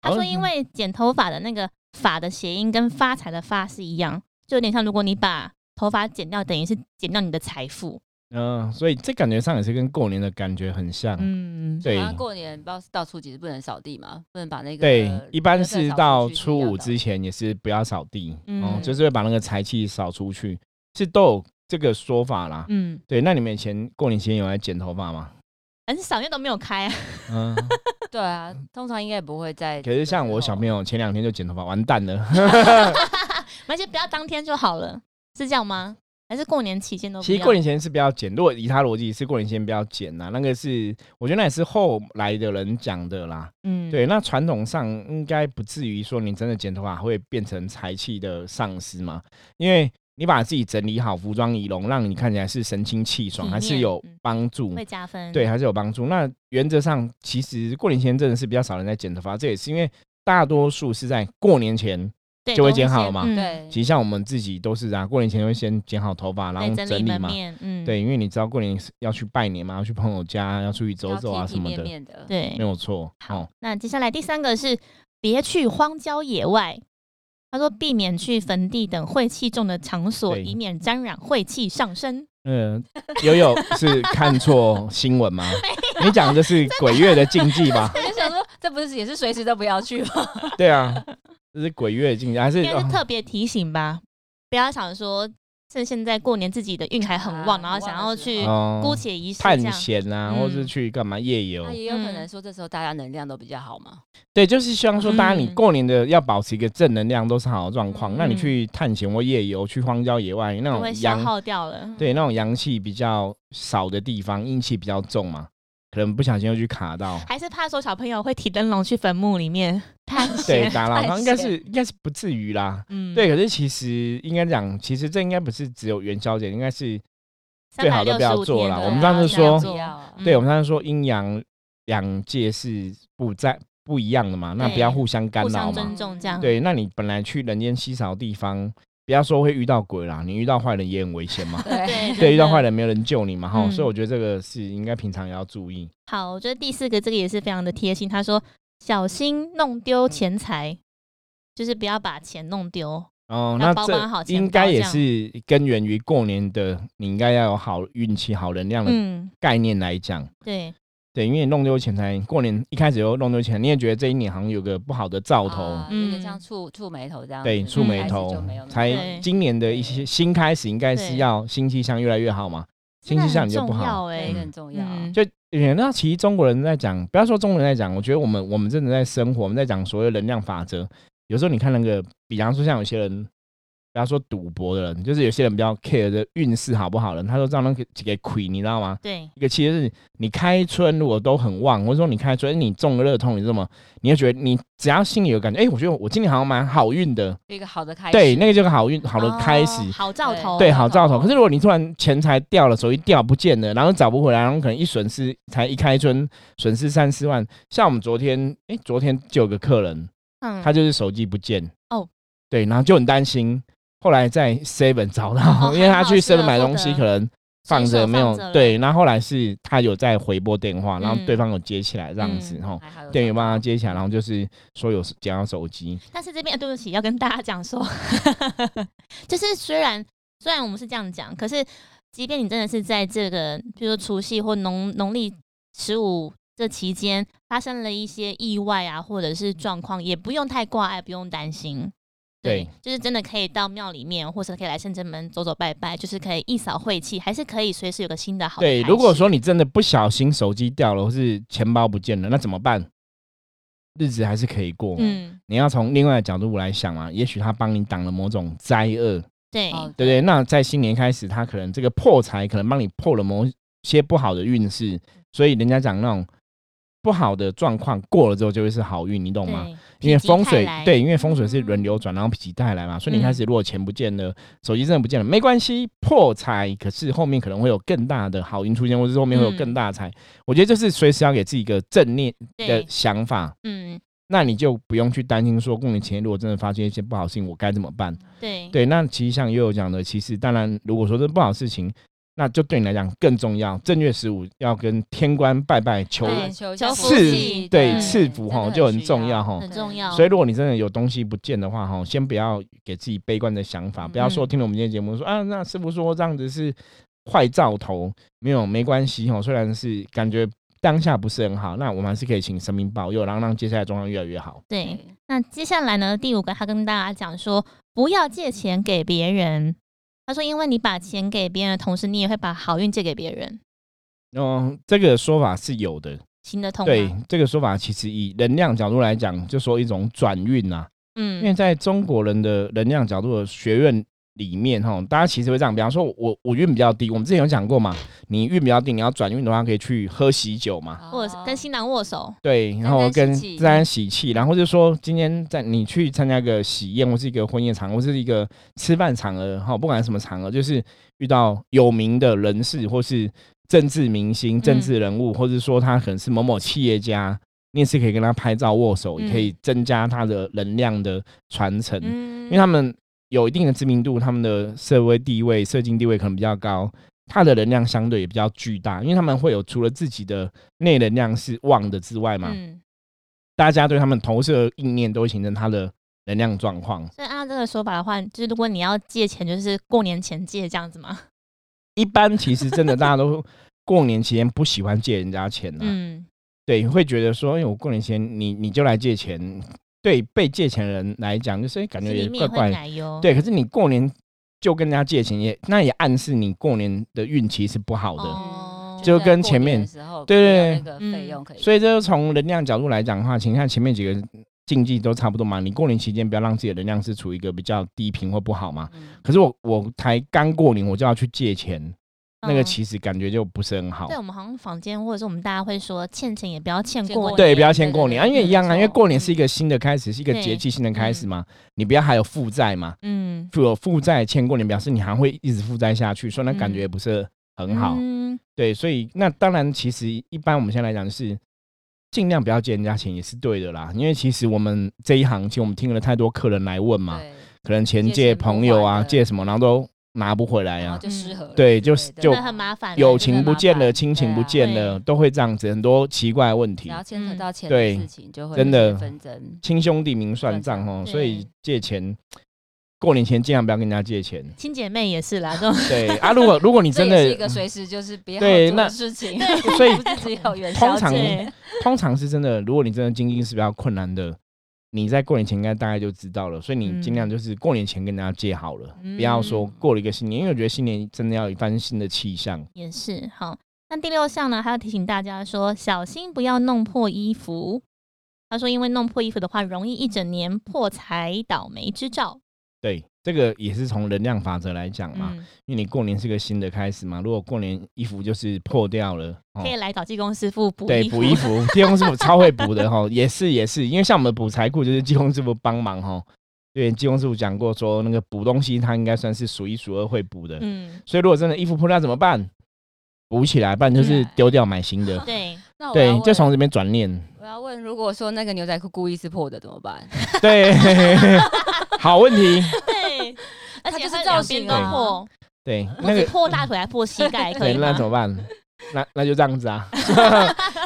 Speaker 3: 他说，
Speaker 1: 哦
Speaker 3: 因为剪头发的那个“发”的谐音跟发财的“发”是一样，就有点像如果你把头发剪掉，等于是剪掉你的财富。
Speaker 1: 嗯、所以这感觉上也是跟过年的感觉很像。
Speaker 3: 嗯，
Speaker 1: <laughs> 对
Speaker 2: 好像过年不知道是到初几是不能扫地嘛，不能把那个
Speaker 1: 对，一般
Speaker 2: 垃圾
Speaker 1: 是
Speaker 2: 扫出
Speaker 1: 到
Speaker 2: 去
Speaker 1: 初五
Speaker 2: 一
Speaker 1: 之前也是不要扫地，哦，
Speaker 3: 嗯
Speaker 1: 就是会把那个财气扫出去，是都有这个说法啦。
Speaker 3: 嗯，
Speaker 1: 对，那你们以前过年期间有来剪头发吗？
Speaker 3: 很少，因为都没有开、啊。 <laughs>
Speaker 1: 嗯，
Speaker 2: 定要扫对啊，通常应该不会在。
Speaker 1: 可是像我小朋友前两天就剪头发，完蛋了。
Speaker 3: 而且不要当天就好了，是这样吗？还是过年期间哦都不
Speaker 1: <laughs> 其
Speaker 3: 要？
Speaker 1: 实过年前是不要剪，如果以他逻辑是过年前不要剪呐、那个是我觉得那也是后来的人讲的啦。
Speaker 3: 嗯，
Speaker 1: 对，那传统上应该不至于说你真的剪头发会变成财气的丧失嘛，因为你把自己整理好，服装仪容，让你看起来是神清气爽，
Speaker 3: 体
Speaker 1: 还是
Speaker 3: 面
Speaker 1: 有
Speaker 3: 嗯
Speaker 1: 帮助。
Speaker 3: 会加分。
Speaker 1: 对，，还是有帮助。那原则上，其实过年前真的是比较少人在剪头发，这也是因为大多数是在过年前。
Speaker 3: 对
Speaker 1: 就会
Speaker 3: 都
Speaker 1: 剪好
Speaker 3: 先
Speaker 1: 嘛
Speaker 3: 嗯
Speaker 2: 对，
Speaker 1: 其实像我们自己都是啊，过年前会先剪好头发，然后
Speaker 3: 对，整理门
Speaker 1: 嘛，
Speaker 3: 面。嗯，
Speaker 1: 对，因为你知道过年是要去拜年嘛，要去朋友家，要出去走
Speaker 2: 要
Speaker 1: 走啊
Speaker 2: 体
Speaker 1: 什
Speaker 2: 体
Speaker 1: 么
Speaker 2: 面
Speaker 1: 的，
Speaker 2: 面的，
Speaker 3: 对
Speaker 1: 没有错。
Speaker 3: 好，
Speaker 1: 哦，
Speaker 3: 那接下来第三个是别去荒郊野外。他说避免去坟地等晦气重的场所，
Speaker 1: 对
Speaker 3: 以免沾染晦气上身。
Speaker 1: 嗯、悠
Speaker 3: <laughs>
Speaker 1: 悠是看错新闻吗？你讲的是鬼月的禁忌
Speaker 3: <laughs>
Speaker 1: 吧？
Speaker 2: 我就想说，这不是也是随时都不要去吗？
Speaker 1: 对啊，这是鬼月的禁忌，还是
Speaker 3: 应该是
Speaker 1: 哦
Speaker 3: 特别提醒吧，不要想说趁现在过年自己的运还很旺，
Speaker 2: 啊
Speaker 3: 然后想要去
Speaker 1: 哦
Speaker 3: 姑且一试这
Speaker 1: 探
Speaker 3: 样。
Speaker 1: 险啊，或是
Speaker 3: 嗯
Speaker 1: 去干嘛夜游？
Speaker 2: 啊那也有可能说这时候大家能量都比较好嘛，
Speaker 1: 对，就是希望说，大家你
Speaker 3: 嗯
Speaker 1: 过年的要保持一个正能量，都是好的状况。那你
Speaker 3: 嗯
Speaker 1: 去探险或夜游，去荒郊野外那
Speaker 3: 就
Speaker 1: 种
Speaker 3: 会消
Speaker 1: 阳
Speaker 3: 耗掉了，
Speaker 1: 对，那种阳气比较少的地方，阴气比较重嘛，可能不小心又去卡到，
Speaker 3: 还是怕说小朋友会提灯笼去坟墓里面探
Speaker 1: 对，
Speaker 3: 险。
Speaker 1: 打扰
Speaker 2: 太
Speaker 1: 到，应该
Speaker 2: 闲
Speaker 1: 是应该是不至于啦。
Speaker 3: 嗯，
Speaker 1: 对，可是其实应该讲，其实这应该不是只有元宵节，应该是
Speaker 3: 365天
Speaker 1: 最
Speaker 3: 的啊，
Speaker 1: 好都不要做啦嗯
Speaker 3: 了。
Speaker 1: 我们上次
Speaker 2: 尽量
Speaker 1: 说
Speaker 2: 不要啊。
Speaker 3: 嗯
Speaker 1: 对我们刚才说阴阳两界是不在不一样的嘛，那不要
Speaker 3: 对
Speaker 1: 互相干
Speaker 3: 互
Speaker 1: 扰
Speaker 3: 相啊
Speaker 1: 嘛
Speaker 3: 尊。重这样。
Speaker 1: 对，那你本来去人烟稀少的地方，不要说会遇到鬼啦，你遇到坏人也很危险
Speaker 3: <laughs>
Speaker 1: 嘛
Speaker 2: 对
Speaker 3: <laughs> 对
Speaker 1: 对，遇到
Speaker 3: <laughs>
Speaker 1: 坏人没有人救你嘛，哈、
Speaker 3: 嗯
Speaker 1: 所以我觉得这个是应该平常也要注意。
Speaker 3: 好，我觉得第四个这个也是非常的贴心。他说：“小心弄丢钱财，就是不要把钱弄丢。
Speaker 1: 哦，
Speaker 3: 要
Speaker 1: 那
Speaker 3: 包办好
Speaker 1: 这
Speaker 3: 钱
Speaker 1: 应
Speaker 3: 包
Speaker 1: 该也
Speaker 3: 这样
Speaker 1: 是根源于过年的，你应该要有好运气、好能”量的
Speaker 3: 嗯，
Speaker 1: 概念来讲。
Speaker 3: 对，
Speaker 1: 对，因为弄丢钱财，过年一开始又弄丢钱，你也觉得这一年好像有个不好的兆头，
Speaker 2: 啊嗯有点像
Speaker 3: 嗯
Speaker 2: 触触眉头这样子，
Speaker 1: 对，触
Speaker 2: 一
Speaker 1: 眉
Speaker 2: 开始
Speaker 1: 头
Speaker 2: 就没有，那个
Speaker 1: 才
Speaker 3: 对
Speaker 1: 今年的一些新开始，应该是
Speaker 3: 对
Speaker 1: 要新气象越来越好嘛，新气象你就不好。
Speaker 2: 对，
Speaker 3: 哎
Speaker 1: 嗯
Speaker 2: 这很重要啊。
Speaker 3: 嗯
Speaker 1: 就嗯那其实中国人在讲，不要说中国人在讲，我觉得我们我们真的在生活，我们在讲所谓能量法则。有时候你看那个，比方说像有些人不要说赌博的人，就是有些人比较 care 的运势好不好的人，他说这样能给给亏，你知道吗？
Speaker 3: 对，
Speaker 1: 一个其实是你开春如果都很旺，或者说你开春哎你中了乐透，你这么你会觉得你只要心里有感觉，哎、我觉得我今年好像蛮好运的，
Speaker 2: 一个好的开始。
Speaker 1: 对，那个就是好运好的开始。
Speaker 3: 哦好兆头，
Speaker 1: 对，好兆头。可是如果你突然钱财掉了，手机掉不见了，然后找不回来，然后可能一损失才一开春损失三四万。像我们昨天，哎、昨天就有个客人，
Speaker 3: 嗯
Speaker 1: 他就是手机不见
Speaker 3: 哦，
Speaker 1: 对，然后就很担心。后来在 Seven 找到，
Speaker 3: 哦
Speaker 1: 因为他去
Speaker 3: 还好是
Speaker 1: Seven 买
Speaker 3: 有
Speaker 1: 东西，
Speaker 3: 获得
Speaker 1: 可能放
Speaker 3: 随
Speaker 1: 着
Speaker 3: 手
Speaker 1: 没有
Speaker 3: 放着了
Speaker 1: 对。然后后来是他有在回拨电话，然后
Speaker 3: 嗯
Speaker 1: 对方有接起来这样子哈，
Speaker 2: 还好有
Speaker 1: 店员
Speaker 2: 找
Speaker 1: 帮
Speaker 2: 到
Speaker 1: 他接起来，然后就是说有捡到手机，
Speaker 3: 但是这边、呃对不起，要跟大家讲说， <laughs> 就是虽然虽然我们是这样讲，可是即便你真的是在这个，比如说除夕或农农历十五这期间发生了一些意外啊，或者是状况，也不用太挂碍，不用担心。
Speaker 1: 对，
Speaker 3: 就是真的可以到庙里面，或者可以来圣真门走走拜拜，就是可以一扫晦气，还是可以随时有个新的好的
Speaker 1: 对，
Speaker 3: 开
Speaker 1: 如果
Speaker 3: 始
Speaker 1: 说你真的不小心手机掉了，或是钱包不见了，那怎么办？日子还是可以过。
Speaker 3: 嗯，
Speaker 1: 你要从另外的角度来想啊，也许他帮你挡了某种灾厄，
Speaker 3: 对，
Speaker 2: 哦
Speaker 1: 对不对？那在新年开始，他可能这个破财，可能帮你破了某些不好的运势，所以人家讲那种不好的状况过了之后就会是好运，你懂吗？
Speaker 3: 对
Speaker 1: 因为
Speaker 3: 否极
Speaker 1: 风
Speaker 3: 泰
Speaker 1: 水
Speaker 3: 来
Speaker 1: 对，因为风水是轮流转，然后否极泰来嘛，所以你开
Speaker 3: 嗯
Speaker 1: 始如果钱不见了，手机真的不见了，没关系，破财，可是后面可能会有更大的好运出现，或者是后面会有更
Speaker 3: 嗯
Speaker 1: 大的财，我觉得就是随时要给自己一个正念的
Speaker 3: 对，
Speaker 1: 想法，
Speaker 3: 嗯，
Speaker 1: 那你就不用去担心说过年前如果真的发生一些不好事情，我该怎么办？
Speaker 3: 对，
Speaker 1: 对，那其实像悠悠讲的，其实当然如果说这不好事情。那就对你来讲更重要。正月十五要跟天官拜拜求
Speaker 3: 对
Speaker 2: 对求一下
Speaker 3: 求
Speaker 2: 福
Speaker 3: 福
Speaker 1: 赐
Speaker 2: 气
Speaker 3: 气
Speaker 1: 对
Speaker 3: 对
Speaker 1: 赐福哈就很重要。哈。
Speaker 3: 很重要。
Speaker 1: 所以，如果你真的有东西不见的话，哈，先不要给自己悲观的想法，不要说
Speaker 3: 嗯
Speaker 1: 听了我们今天节目说啊，那师傅说这样子是坏兆头，没有没关系哈，虽然是感觉当下不是很好，那我们还是可以请神明保佑，然后让接下来状况越来越好。
Speaker 3: 对，那接下来呢，第五个他跟大家讲说，不要借钱给别人。他说，因为你把钱给别人的同时，你也会把好运借给别人，
Speaker 1: 嗯，这个说法是有的，
Speaker 3: 行得通吗？
Speaker 1: 对，这个说法其实以能量角度来讲，就说一种转运啊，因为
Speaker 3: 嗯，
Speaker 1: 在中国人的能量角度的学院里面，哈，大家其实会这样，比方说我我运比较低，我们之前有讲过嘛，你运比较低，你要转运的话，可以去喝喜酒嘛，
Speaker 2: 哦
Speaker 3: 或者是跟新郎握手，
Speaker 1: 对，然后
Speaker 2: 沾
Speaker 1: 跟
Speaker 2: 沾喜气
Speaker 1: 自然喜气，然后就说今天在你去参加一个喜宴，或是一个婚宴场，或是一个吃饭场合，哈，不管什么场合，就是遇到有名的人士，或是政治明星、
Speaker 3: 嗯
Speaker 1: 政治人物，或者说他可能是某某企业家，你也是可以跟他拍照握手，也可以
Speaker 3: 嗯
Speaker 1: 增加他的能量的传承，
Speaker 3: 嗯，
Speaker 1: 因为他们有一定的知名度，他们的社会地位、社经地位可能比较高，他的能量相对也比较巨大，因为他们会有除了自己的内能量是旺的之外嘛，
Speaker 3: 嗯，
Speaker 1: 大家对他们投射的意念都会形成他的能量状况。
Speaker 3: 所以按照这个说法的话，就是如果你要借钱，就是过年前借这样子嘛。
Speaker 1: 一般其实真的大家都 <laughs> 过年期间不喜欢借人家钱的、
Speaker 3: 嗯，
Speaker 1: 对，会觉得说，哎、我过年前你你就来借钱，对被借钱的人来讲，就是、哎感觉
Speaker 3: 心里
Speaker 1: 也怪
Speaker 3: 面会哦
Speaker 1: 怪的。
Speaker 3: 奶油，
Speaker 1: 对，可是你过年就跟人家借钱也，那也暗示你过年的运气是不好的。
Speaker 3: 哦，
Speaker 1: 就跟前面对对嗯
Speaker 2: 对那个费用可以，
Speaker 1: 所以，这就从能量角度来讲的话，请看前面几个禁忌都差不多嘛。你过年期间不要让自己的能量是处于一个比较低频或不好嘛。
Speaker 2: 嗯
Speaker 1: 可是我我才刚过年，我就要去借钱，那个
Speaker 3: 嗯
Speaker 1: 其实感觉就不是很好
Speaker 3: 对。我们好像坊间或者是我们大家会说，欠钱也不要欠
Speaker 2: 欠
Speaker 3: 过
Speaker 2: 过
Speaker 3: 年
Speaker 1: 对，
Speaker 2: 年
Speaker 1: 不要先过年啊，
Speaker 2: 对对
Speaker 1: 因为一样啊，
Speaker 2: 没错
Speaker 1: 因为过年是一个新的开始，是一个
Speaker 3: 对
Speaker 1: 节气新的开始嘛。你不要还有负债嘛，
Speaker 3: 嗯，
Speaker 1: 有负债欠过年，表示你还会一直负债下去，所以那感觉也不是很好。
Speaker 3: 嗯，
Speaker 1: 对，所以那当然，其实一般我们现在来讲是尽量不要借人家钱也是对的啦，因为其实我们这一行，其实我们听了太多客人来问嘛，哎
Speaker 2: 对
Speaker 1: 可能钱
Speaker 2: 借
Speaker 1: 借
Speaker 2: 钱不
Speaker 1: 朋友啊，
Speaker 2: 还的
Speaker 1: 借什么，然后都拿不回来
Speaker 2: 然后
Speaker 1: 啊，
Speaker 2: 就失和了之
Speaker 1: 对
Speaker 2: 类的，
Speaker 1: 就就
Speaker 3: 那很麻烦，
Speaker 1: 友
Speaker 3: 真的
Speaker 1: 情不
Speaker 3: 麻
Speaker 1: 见了，
Speaker 3: 烦
Speaker 1: 亲情不
Speaker 2: 对啊
Speaker 1: 见了，
Speaker 3: 对
Speaker 1: 都会这样子，很多奇怪的问
Speaker 2: 只
Speaker 1: 题。
Speaker 2: 要牵扯
Speaker 3: 嗯
Speaker 2: 到钱
Speaker 1: 对
Speaker 2: 的事情，就会
Speaker 1: 真
Speaker 2: 有一些
Speaker 1: 的
Speaker 2: 纷争。
Speaker 1: 亲兄弟明算账哦，
Speaker 3: 对。
Speaker 1: 所以借钱过年前尽量不要跟人家借钱
Speaker 3: 亲姐妹也
Speaker 1: <laughs>
Speaker 3: 是啦，这种
Speaker 1: 对啊，如果如果你
Speaker 2: 这
Speaker 1: 真
Speaker 2: 也是一个
Speaker 1: 的，
Speaker 2: 随时就是别好
Speaker 1: 对
Speaker 2: 做
Speaker 1: 那
Speaker 2: 的事情， <laughs>
Speaker 1: 所以
Speaker 2: 不是只有元
Speaker 1: 通
Speaker 2: 宵
Speaker 1: 常
Speaker 2: 节。
Speaker 3: 对
Speaker 1: 通常是真的，如果你真的经济是比较困难的，你在过年前应该大概就知道了，所以你尽量就是过年前跟大家借好了，
Speaker 3: 嗯
Speaker 1: 不要说过了一个新年，因为我觉得新年真的要有一番新的气象。
Speaker 3: 也是好。那第六项呢，还要提醒大家说，小心不要弄破衣服。他说，因为弄破衣服的话，容易一整年破财倒霉之兆。
Speaker 1: 对，这个也是从能量法则来讲嘛，
Speaker 3: 嗯，
Speaker 1: 因为你过年是个新的开始嘛。如果过年衣服就是破掉了，哦
Speaker 3: 可以来找技工师傅补
Speaker 1: 对，
Speaker 3: 衣
Speaker 1: 补
Speaker 3: 服
Speaker 1: 衣服， <laughs> 济公师傅超会补的哈，也是也是，因为像我们补财库就是济公师傅帮忙哈。对，济公师傅讲过说，那个补东西他应该算是数一数二会补的。
Speaker 3: 嗯，
Speaker 1: 所以如果真的衣服破掉怎么办？补起来，不然就是丢掉买新的。
Speaker 3: 对，
Speaker 2: <laughs> 那我要
Speaker 1: 对，
Speaker 2: 问
Speaker 1: 就从这边转念。
Speaker 2: 我要问，如果说那个牛仔裤故意是破的怎
Speaker 1: <laughs>
Speaker 2: 么办？
Speaker 1: 对，好问题。
Speaker 2: <laughs>
Speaker 3: 对，
Speaker 2: 它
Speaker 3: 而且
Speaker 2: 就是
Speaker 3: 会
Speaker 2: 造
Speaker 3: 两边
Speaker 2: 型
Speaker 3: 都
Speaker 1: 啊
Speaker 3: 破，
Speaker 1: 对，
Speaker 3: 不
Speaker 1: 那
Speaker 3: 止
Speaker 1: 个
Speaker 3: 破大腿还破膝
Speaker 1: <laughs>
Speaker 3: 盖，可
Speaker 1: 对，
Speaker 3: 以
Speaker 1: 那
Speaker 3: 吗？
Speaker 1: 怎么办？那那就这样子啊。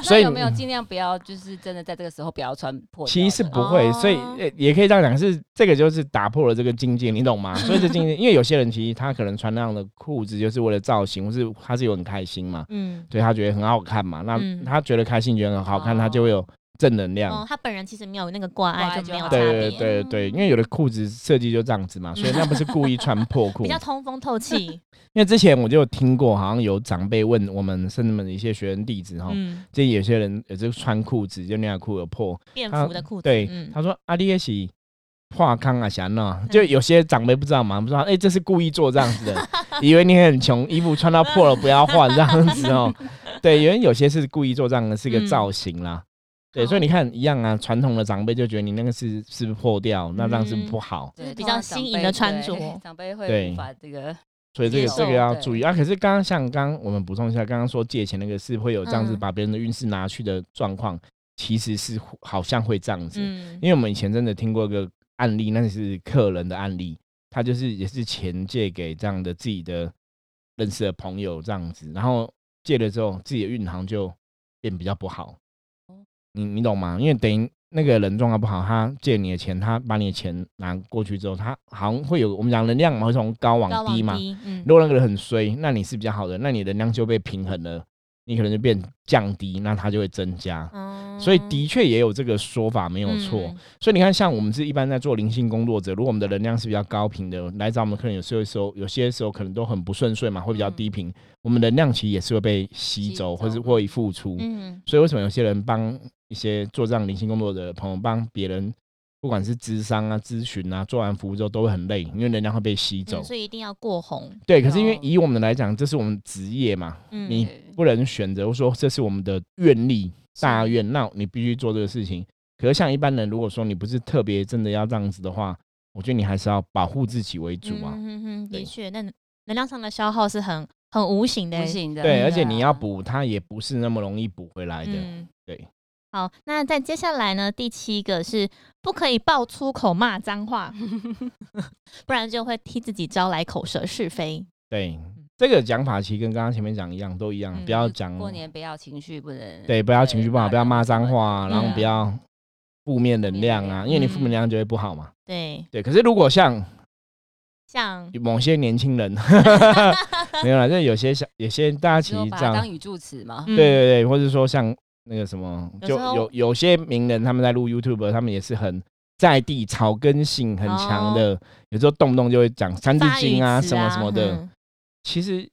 Speaker 1: 所
Speaker 2: 那
Speaker 1: 以
Speaker 2: 有没有尽量不要，就是真的在这个时候不要穿破掉的？
Speaker 1: 其实是不会，所以
Speaker 3: 哦
Speaker 1: 呃也可以这样讲，是这个就是打破了这个境界，你懂吗？所以这境界，因为有些人其实他可能穿那样的裤子就是为了造型，或是他是有很开心嘛，
Speaker 3: 嗯，
Speaker 1: 对他觉得很好看嘛，那
Speaker 3: 嗯
Speaker 1: 他觉得开心，觉得很好看，
Speaker 2: 哦
Speaker 1: 他就会有正能量。
Speaker 3: 哦，他本人其实没有那个挂
Speaker 2: 挂
Speaker 3: 碍，
Speaker 2: 碍
Speaker 3: 就
Speaker 2: 就
Speaker 3: 没有
Speaker 2: 好
Speaker 3: 差
Speaker 2: 了
Speaker 1: 对
Speaker 3: 别，嗯
Speaker 1: 对对，因为有的裤子设计就这样子嘛，所以那不是
Speaker 3: <laughs>
Speaker 1: 故意穿破裤
Speaker 3: 比。较通风
Speaker 1: <laughs>
Speaker 3: 透气。
Speaker 1: 因为之前我就有听过，好像有长辈问我们甚至我们的一些学生弟子哈，
Speaker 3: 嗯，
Speaker 1: 就有些人也是穿裤子就那样裤有破，
Speaker 3: 便
Speaker 1: 他
Speaker 3: 服的裤子，
Speaker 1: 对，
Speaker 3: 嗯，
Speaker 1: 他说阿弟也是化康啊，想呢，就有些长辈不知道嘛，不知道，哎、这是故意做这样子的，以为你很穷，衣服穿到破了不要换这样子哦。对，因为有些是故意做这样的，是个
Speaker 3: 嗯哦
Speaker 1: 造型啦。对，
Speaker 3: 好
Speaker 1: 所以你看一样啊，传统的长辈就觉得你那个是是不是破掉，那这样
Speaker 3: 嗯
Speaker 1: 是不是不好，
Speaker 2: 对
Speaker 3: 就是比
Speaker 2: 通常
Speaker 3: 较新
Speaker 2: 长
Speaker 3: 颖的
Speaker 2: 辈
Speaker 3: 穿
Speaker 2: 对
Speaker 3: 着
Speaker 2: 长辈会
Speaker 1: 对
Speaker 2: 无法这个
Speaker 1: 所以这个
Speaker 3: 接受
Speaker 1: 这个要
Speaker 2: 对
Speaker 1: 注意啊。可是刚刚像刚刚我们补充一下，刚刚说借钱那个是会有这样子
Speaker 3: 嗯
Speaker 1: 把别人的运势拿去的状况，其实是好像会这样子。
Speaker 3: 嗯
Speaker 1: 因为我们以前真的听过一个案例，那是客人的案例，他就是也是钱借给这样的自己的认识的朋友这样子，然后借了之后自己的运行就变比较不好
Speaker 2: 哦。
Speaker 1: 你你懂吗？因为等于那个人状况不好，他借你的钱，他把你的钱拿过去之后，他好像会有我们讲能量嘛，会从高
Speaker 3: 高
Speaker 1: 往
Speaker 3: 往
Speaker 1: 低嘛。
Speaker 3: 低，嗯，
Speaker 1: 如果那个人很衰，那你是比较好的，那你能量就被平衡了，你可能就变降低，那它就会增加。
Speaker 3: 嗯
Speaker 1: 所以的确也有这个说法，没有错。
Speaker 3: 嗯
Speaker 1: 所以你看，像我们是一般在做灵性工作者，如果我们的能量是比较高频的，来找我们客人有时候时候有些时候可能都很不顺遂嘛，会比
Speaker 3: 嗯
Speaker 1: 较低频，我们能量其实也是会被吸
Speaker 2: 吸
Speaker 1: 走，
Speaker 2: 走
Speaker 1: 或是会付出。
Speaker 3: 嗯，
Speaker 1: 所以为什么有些人帮一些做这样灵性工作者的朋友帮别人，不管是咨商啊、咨询啊，做完服务之后都会很累，因为能量会被吸走。
Speaker 3: 嗯所以一定要过红，
Speaker 1: 对，可是因为
Speaker 2: 哦
Speaker 1: 以我们来讲，这是我们职业嘛，
Speaker 3: 嗯，
Speaker 1: 你
Speaker 2: 对
Speaker 1: 不能选择说这是我们的愿力大愿，那你必须做这个事情。可是像一般人，如果说你不是特别真的要这样子的话，我觉得你还是要保护自己为主啊。
Speaker 3: 嗯嗯嗯，的
Speaker 1: 对
Speaker 3: 确，那能量上的消耗是很很无形的
Speaker 2: 不，行的。
Speaker 1: 对，而且
Speaker 2: 啊
Speaker 1: 你要补，它也不是那么容易补回来的。
Speaker 3: 嗯，
Speaker 1: 对。
Speaker 3: 好，那在接下来呢？第七个是不可以爆粗口骂脏话，
Speaker 1: <laughs>
Speaker 3: 不然就会替自己招来口舌是非。
Speaker 1: 对，这个讲法其实跟刚刚前面讲一样，都一样，
Speaker 3: 嗯
Speaker 1: 不要
Speaker 2: 嗯就
Speaker 1: 讲
Speaker 2: 过年不要情绪不能
Speaker 1: 对，不要情绪不好，
Speaker 2: 骂
Speaker 1: 不要
Speaker 2: 人
Speaker 1: 骂
Speaker 2: 什么
Speaker 1: 脏
Speaker 2: 的
Speaker 1: 话啊，然后
Speaker 3: 嗯
Speaker 1: 不要负面能量啊，
Speaker 2: 嗯
Speaker 1: 因为你负面能量就会不好嘛。
Speaker 3: 对，
Speaker 1: 对，可是如果像
Speaker 3: 像
Speaker 1: 某些年轻人， <laughs> 没有啦，就有些小有些大家其
Speaker 2: 就
Speaker 1: 实
Speaker 2: 把
Speaker 1: 这
Speaker 2: 它
Speaker 1: 样
Speaker 2: 当语助词
Speaker 3: 嗯
Speaker 2: 嘛。
Speaker 1: 对对对，或者说像那个什么，
Speaker 3: 有
Speaker 1: 就
Speaker 3: 时候
Speaker 1: 有有些名人他们在录 YouTube，他们也是很在地草根性很强的，有时候动不动就会讲《三字
Speaker 3: 发
Speaker 1: 经
Speaker 3: 语》
Speaker 1: 啊
Speaker 3: 词
Speaker 1: 什么什么的。
Speaker 3: 嗯
Speaker 1: 其实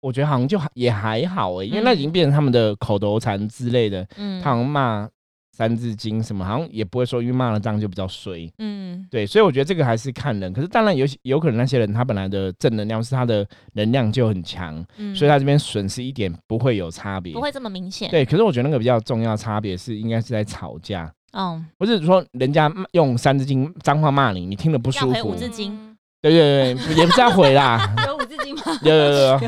Speaker 1: 我觉得好像就还也还好欸诶、因为
Speaker 3: 嗯
Speaker 1: 那已经变成他们的口头禅之类的，
Speaker 3: 嗯，
Speaker 1: 他好像骂。三字经什么好像也不会说，因为骂了这样就比较衰，
Speaker 3: 嗯
Speaker 1: 对，所以我觉得这个还是看人。可是当然有有可能那些人他本来的正能量是他的能量就很强，
Speaker 3: 嗯，
Speaker 1: 所以他这边损失一点不会有差别，
Speaker 3: 不会这么明显。，
Speaker 1: 对，可是我觉得那个比较重要的差别是，应该是在吵架，
Speaker 3: 嗯，
Speaker 1: 不是说人家骂用《三字经》脏话骂你，你听了不
Speaker 3: 要
Speaker 1: 舒
Speaker 3: 回
Speaker 1: 服
Speaker 3: 五。字经
Speaker 2: 嗯，
Speaker 1: 对对对，也不是要回啦，
Speaker 2: 有五字经吗？
Speaker 1: <laughs> 有有
Speaker 2: <laughs>
Speaker 1: 有有，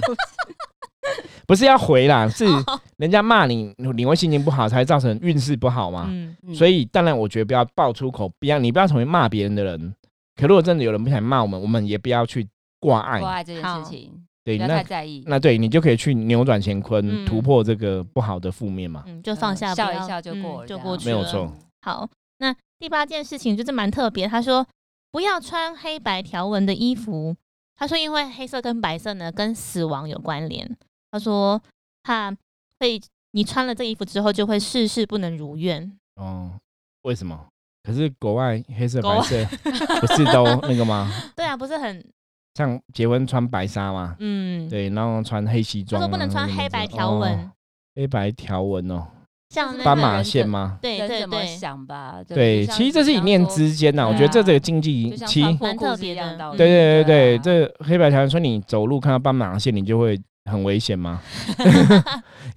Speaker 1: 不是要回啦，
Speaker 3: <laughs>
Speaker 1: 是
Speaker 3: 哦
Speaker 1: 人家骂你，你会心情不好，才会造成运势不好嘛。
Speaker 3: 嗯
Speaker 1: 所
Speaker 2: 以
Speaker 1: 以当然，我觉得不要爆粗口，不要你不要成为骂别人的人。可如果真的有人不想骂我们，我们也不要去挂
Speaker 2: 不
Speaker 1: 碍。
Speaker 2: 爱这件
Speaker 3: 好
Speaker 2: 事情，
Speaker 1: 对，
Speaker 2: 不要太
Speaker 1: 那
Speaker 2: 在意，
Speaker 1: 那对你就可以去扭转乾坤，
Speaker 3: 嗯
Speaker 1: 突破这个不好的负面嘛。
Speaker 3: 嗯，就放
Speaker 2: 嗯
Speaker 3: 下，不
Speaker 2: 笑一
Speaker 3: 要
Speaker 2: 笑就
Speaker 3: 嗯
Speaker 2: 过了
Speaker 3: 就
Speaker 2: 这
Speaker 3: 过
Speaker 2: 样
Speaker 3: 去
Speaker 1: 没有
Speaker 3: 了
Speaker 1: 错
Speaker 3: 好，那第八件事情就是蛮特别，他说不要穿黑白条纹的衣服。他说，因为黑色跟白色呢跟死亡有关联。他说怕会你穿了这衣服之后就会事事不能如愿。
Speaker 1: 哦，为什么？可是国外黑色
Speaker 3: 国
Speaker 1: 白
Speaker 3: 外 <laughs>
Speaker 1: 色不是都那个吗？
Speaker 3: 对啊，不是很
Speaker 1: 像结婚穿白纱嘛，
Speaker 3: 嗯，
Speaker 1: 对，然后穿黑西
Speaker 3: 他
Speaker 1: 装啊、
Speaker 3: 说不能
Speaker 1: 那
Speaker 3: 穿
Speaker 1: 个
Speaker 3: 黑
Speaker 1: 名
Speaker 3: 白
Speaker 1: 字
Speaker 3: 条纹，
Speaker 1: 哦黑白条纹哦，
Speaker 3: 像那
Speaker 1: 斑
Speaker 3: 个
Speaker 1: 马
Speaker 2: 人
Speaker 1: 线
Speaker 2: 的
Speaker 1: 吗？
Speaker 3: 对
Speaker 2: 人
Speaker 3: 嗯对
Speaker 2: 怎么
Speaker 3: 对，
Speaker 2: 想吧？
Speaker 1: 对，其实这是一念，之间呐、
Speaker 2: 对
Speaker 1: 我觉得这
Speaker 2: 啊
Speaker 1: 这个经济
Speaker 2: 就像
Speaker 1: 期，
Speaker 2: 穿
Speaker 1: 对
Speaker 2: 破
Speaker 3: 蛮
Speaker 2: 裤
Speaker 3: 特
Speaker 2: 子
Speaker 3: 别
Speaker 2: 一样
Speaker 3: 的嗯
Speaker 2: 道理
Speaker 1: 对对对，
Speaker 2: 啊
Speaker 1: 这黑白条，说你走路看到斑马线，你就会很危险吗？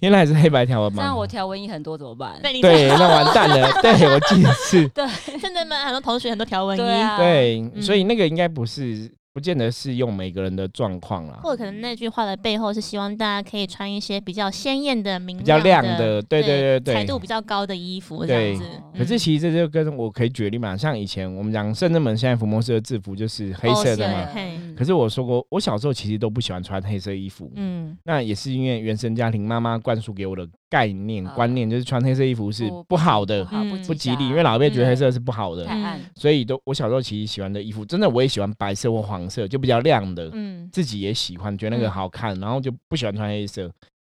Speaker 1: 因为那还是黑白条的
Speaker 2: 这
Speaker 1: 嘛
Speaker 2: 样。我条纹衣很多怎么办？
Speaker 1: <laughs>
Speaker 3: 对，你
Speaker 1: 对，那完蛋了。对，我记得是，
Speaker 2: 对
Speaker 3: 真的吗？很多同学很多条纹
Speaker 2: 对
Speaker 3: 衣，
Speaker 2: 啊，，
Speaker 1: 对，
Speaker 3: 嗯
Speaker 1: 所以那个应该不是，不见得适用每个人的状况啦。
Speaker 3: 或者可能那句话的背后是希望大家可以穿一些比较鲜艳的、明
Speaker 1: 比较亮
Speaker 3: 的，
Speaker 1: 的，对对
Speaker 3: 彩
Speaker 1: 对
Speaker 3: 度
Speaker 1: 对。
Speaker 3: 比较高的衣服这样子
Speaker 2: 对。
Speaker 1: 可是
Speaker 3: 嗯
Speaker 1: 其实这就跟我可以举例嘛，像以前我们讲圣正门现在福摩斯的制服就是黑色的
Speaker 3: 对
Speaker 1: 嘛
Speaker 3: 哦。嘿
Speaker 2: 嗯
Speaker 1: 可是我说过，我小时候其实都不喜欢穿黑色衣服，
Speaker 3: 嗯，
Speaker 1: 那也是因为原生家庭妈妈灌输给我的概念
Speaker 2: 啊
Speaker 1: 观念，就是穿黑色衣服是
Speaker 2: 不
Speaker 1: 不好的
Speaker 2: 不、好
Speaker 3: 嗯
Speaker 1: 不吉利，因
Speaker 2: 啊
Speaker 1: 为老一辈觉得
Speaker 3: 嗯
Speaker 1: 黑色是不好的，
Speaker 2: 太暗，
Speaker 1: 所以都我小时候其实喜欢的衣服，真的我也喜欢白色或黄色，就比较亮的，
Speaker 3: 嗯，
Speaker 1: 自己也喜欢，觉得那个
Speaker 3: 嗯
Speaker 1: 好看，然后就不喜欢穿黑色。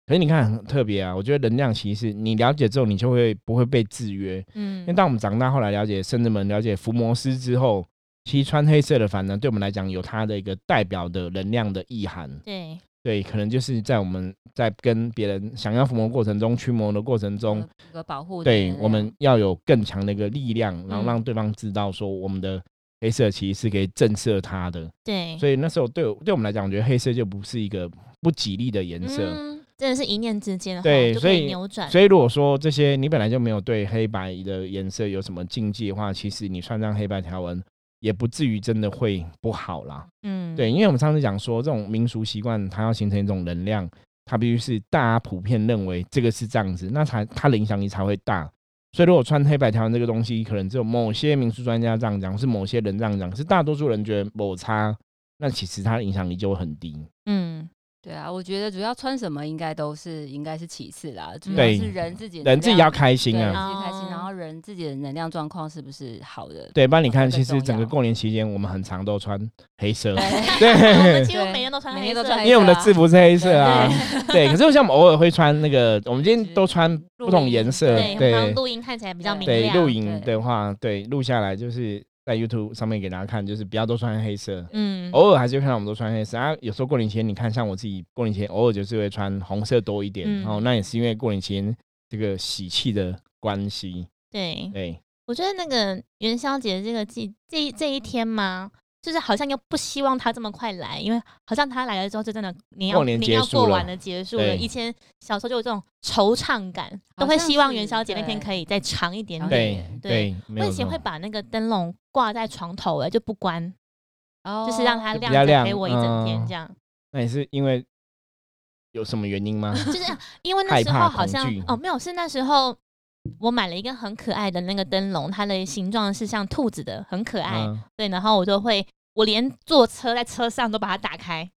Speaker 1: 可是你看很特别啊，我觉得能量其实你了解之后，你就会不会被制约。因为
Speaker 3: 嗯，
Speaker 1: 当我们长大后来了解圣人们、了解伏魔师之后，其实穿黑色的反而对我们来讲有它的一个代表的能量的意涵。
Speaker 3: 对，
Speaker 1: 对，可能就是在我们在跟别人想要伏魔过程中、驱魔的过程中，
Speaker 3: 呃
Speaker 2: 有有个保护的那
Speaker 1: 对
Speaker 2: 样，
Speaker 1: 我们要有更强的一个力量，然后
Speaker 3: 嗯
Speaker 1: 让对方知道说我们的黑色其实是可以震慑他的。
Speaker 3: 对，
Speaker 1: 所以那时候对我对我们来讲，我觉得黑色就不是一个不吉利的颜色。
Speaker 3: 嗯，真的是一念之间，
Speaker 1: 对
Speaker 3: 就可
Speaker 1: 所以
Speaker 3: 扭转，
Speaker 1: 所以如果说这些你本来就没有对黑白的颜色有什么禁忌的话，其实你穿上黑白条纹也不至于真的会不好啦。
Speaker 3: 嗯，
Speaker 1: 对，因为我们上次讲说，这种民俗习惯它要形成一种能量，它必须是大家普遍认为这个是这样子，那才它的影响力才会大。所以，如果穿黑白条纹这个东西，可能只有某些民俗专家这样讲，或是某些人这样讲，是大多数人觉得某差，那其实它的影响力就会很低。 <laughs>
Speaker 3: 嗯，
Speaker 2: 对啊，我觉得主要穿什么应该都是应该是其次啦，主要
Speaker 1: 对
Speaker 2: 是人自己的
Speaker 1: 人自己
Speaker 2: 能
Speaker 1: 要
Speaker 2: 量
Speaker 1: 开心
Speaker 2: 对
Speaker 1: 啊
Speaker 2: 自，
Speaker 3: 啊
Speaker 2: 己开心，
Speaker 3: 哦
Speaker 2: 然后人自己的能量状况是不是好的？
Speaker 1: 对，不然你看，
Speaker 2: 这
Speaker 1: 其
Speaker 2: 更
Speaker 1: 实整
Speaker 2: 重
Speaker 1: 个
Speaker 2: 要
Speaker 1: 过年期间，我们很常都穿黑
Speaker 2: <laughs>
Speaker 1: 色，
Speaker 2: 哎
Speaker 3: 我
Speaker 1: 对，
Speaker 3: 们几乎
Speaker 2: 对
Speaker 3: 每天都穿
Speaker 2: 每
Speaker 3: 黑
Speaker 2: 天
Speaker 3: 色
Speaker 2: 都穿
Speaker 1: 因为我们的制服是黑色啊，
Speaker 3: 对
Speaker 1: 对。可是像我们偶尔会穿那个，我们今天都穿不同颜色，
Speaker 3: 对，我们好像
Speaker 1: 对
Speaker 3: 录音看起来比较明
Speaker 1: 对。
Speaker 3: 亮，
Speaker 1: 录影
Speaker 2: 对
Speaker 1: 的话，对录下来就是在 YouTube 上面给大家看，就是不要都穿黑色。
Speaker 3: 嗯，
Speaker 1: 偶尔还是会看到我们都穿黑色啊，有时候过年前你看，像我自己过年前偶尔就是会穿红色多一点，
Speaker 3: 嗯
Speaker 1: 哦，那也是因为过年前这个喜气的关系，
Speaker 3: 对，
Speaker 1: 对，
Speaker 3: 我觉得那个元宵节这个季这一这一天嘛，就是好像又不希望它这么快来，因为好像它来了之后就真的年要
Speaker 1: 过年
Speaker 3: 年
Speaker 1: 结
Speaker 3: 要
Speaker 1: 束
Speaker 3: 过
Speaker 1: 了
Speaker 3: 完了，结束了。
Speaker 1: 对
Speaker 3: 以前小时候就有这种惆怅感，
Speaker 2: 好
Speaker 3: 都会
Speaker 2: 像
Speaker 3: 希望
Speaker 2: 是
Speaker 3: 元宵节那天
Speaker 2: 对
Speaker 3: 可以再长一点
Speaker 2: 长一
Speaker 1: 对
Speaker 3: 点。
Speaker 2: 点
Speaker 1: 对，没
Speaker 3: 我
Speaker 1: 有
Speaker 3: 以前
Speaker 1: 错
Speaker 3: 会把那个灯笼挂在床头、哎，就不关，
Speaker 2: 哦
Speaker 3: 就是让它
Speaker 1: 就比
Speaker 3: 亮
Speaker 1: 较
Speaker 3: 着
Speaker 1: 亮
Speaker 3: 陪我一整天
Speaker 1: 嗯
Speaker 3: 这样。
Speaker 1: 那你是因为有什么原因
Speaker 3: <laughs>
Speaker 1: 吗？
Speaker 3: 就是
Speaker 1: <laughs>
Speaker 3: 因为那
Speaker 1: 害
Speaker 3: 时
Speaker 1: 怕
Speaker 3: 候好
Speaker 1: 恐
Speaker 3: 像
Speaker 1: 惧
Speaker 3: 哦，没有，是那时候我买了一个很可爱的那个灯笼，它的形状是像兔子的，很可爱。
Speaker 1: 嗯
Speaker 3: 对，然后我就会，我连坐车在车上都把它打开，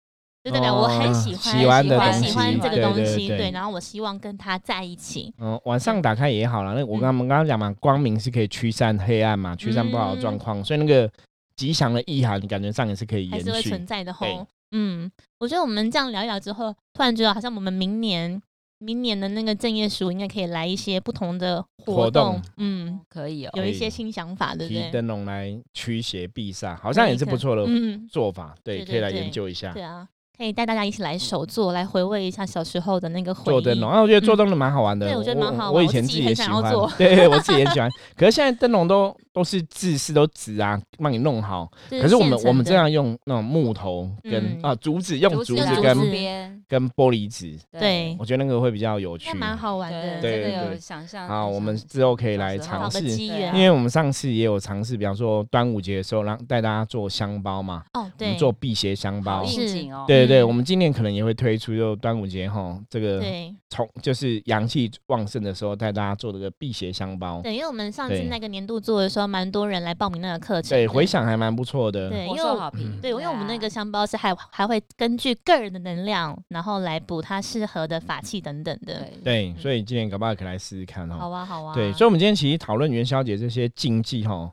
Speaker 3: 就代表我很
Speaker 1: 哦
Speaker 3: 喜欢，
Speaker 1: 喜欢
Speaker 2: 的
Speaker 3: 很
Speaker 2: 东
Speaker 3: 喜欢
Speaker 2: 西
Speaker 3: 这个
Speaker 2: 对
Speaker 3: 东
Speaker 1: 对
Speaker 3: 西，
Speaker 1: 对
Speaker 3: 对，然后我希望跟他在一起，
Speaker 1: 嗯，晚上打开也好了。那我
Speaker 3: 嗯
Speaker 1: 刚我们刚刚讲嘛，光明是可以驱散黑暗嘛，驱散不好的状况，所以那个吉祥的意涵感觉上也是可以
Speaker 3: 嗯还
Speaker 1: 延
Speaker 3: 是会
Speaker 1: 续
Speaker 3: 存。在的
Speaker 1: 对
Speaker 3: 吼。嗯，我觉得我们这样聊一聊之后，突然觉得好像我们明年。明年的那个正业署应该可以来一些不同的
Speaker 1: 活动
Speaker 3: 嗯，
Speaker 2: 可以哦，
Speaker 3: 有一些
Speaker 1: 以
Speaker 3: 新想法，对不
Speaker 1: 提
Speaker 3: 对？
Speaker 1: 灯笼来驱邪避煞，好像也是不错的
Speaker 3: 嗯，
Speaker 1: 做法，对，
Speaker 3: 对
Speaker 1: 可以来
Speaker 3: 对
Speaker 1: 研究一下
Speaker 3: 对啊，可以带大家一起来手做，来回味一下小时候的那个回忆。
Speaker 1: 做灯笼。啊，我觉得做
Speaker 3: 嗯
Speaker 1: 灯笼蛮好玩的，
Speaker 3: 对我觉得蛮好玩
Speaker 1: 我以
Speaker 3: 我
Speaker 1: 前
Speaker 3: 自己
Speaker 1: 也
Speaker 3: 很
Speaker 1: 喜
Speaker 3: 想要
Speaker 1: 欢
Speaker 3: 做，
Speaker 1: 对我自己也喜欢。可是现在灯笼都都是制式，都纸啊，帮你弄好。
Speaker 3: 就
Speaker 1: 可是我们
Speaker 3: 现成
Speaker 1: 我们
Speaker 3: 的
Speaker 1: 这样用那种木头跟
Speaker 3: 嗯
Speaker 1: 啊竹子，用
Speaker 2: 子
Speaker 1: 竹
Speaker 3: 啊
Speaker 1: 子
Speaker 3: 竹
Speaker 1: 跟
Speaker 3: 子
Speaker 2: 边，
Speaker 1: 跟玻璃纸，
Speaker 3: 对，
Speaker 1: 我觉得那个会比较有趣
Speaker 3: 那。蛮好玩的，
Speaker 1: 对
Speaker 2: 对，真的
Speaker 1: 对
Speaker 2: 有想象。
Speaker 1: 好，
Speaker 2: 有
Speaker 1: 我
Speaker 2: 想
Speaker 1: 们
Speaker 2: 象
Speaker 1: 之后可以来
Speaker 2: 小时候
Speaker 1: 尝
Speaker 3: 找个
Speaker 1: 试，
Speaker 3: 机
Speaker 2: 对
Speaker 3: 缘哦
Speaker 2: 啊
Speaker 1: 因为我们上次也有尝试，比方说端午节的时候让带大家做香包嘛，
Speaker 3: 哦，
Speaker 1: 我们
Speaker 3: 对，
Speaker 1: 做辟邪香包
Speaker 2: 好。
Speaker 3: 是
Speaker 2: 应景哦，
Speaker 1: 对对对，
Speaker 3: 嗯
Speaker 1: 我们今年可能也会推出，就端午节哈，这个
Speaker 3: 对
Speaker 1: 从就是阳气旺盛的时候，带大家做这个辟邪香包。
Speaker 3: 对，因为我们上次
Speaker 1: 对
Speaker 3: 那个年度做的时候，蛮多人来报名那个课程的，
Speaker 1: 对，回想还蛮不错的。
Speaker 3: 对，因
Speaker 2: 颇
Speaker 3: 为
Speaker 2: 受
Speaker 3: 我
Speaker 2: 好评。
Speaker 3: 对，因为我们那
Speaker 2: 啊
Speaker 3: 个香包是还还会根据个人的能量，然后来补它适合的法器等等的。
Speaker 2: 对
Speaker 1: 对，所以今年搞不好可以来试试看
Speaker 3: 嗯好
Speaker 1: 哦。
Speaker 3: 啊，好啊。
Speaker 1: 对，所以我们今天其实讨论元宵节这些禁忌哈，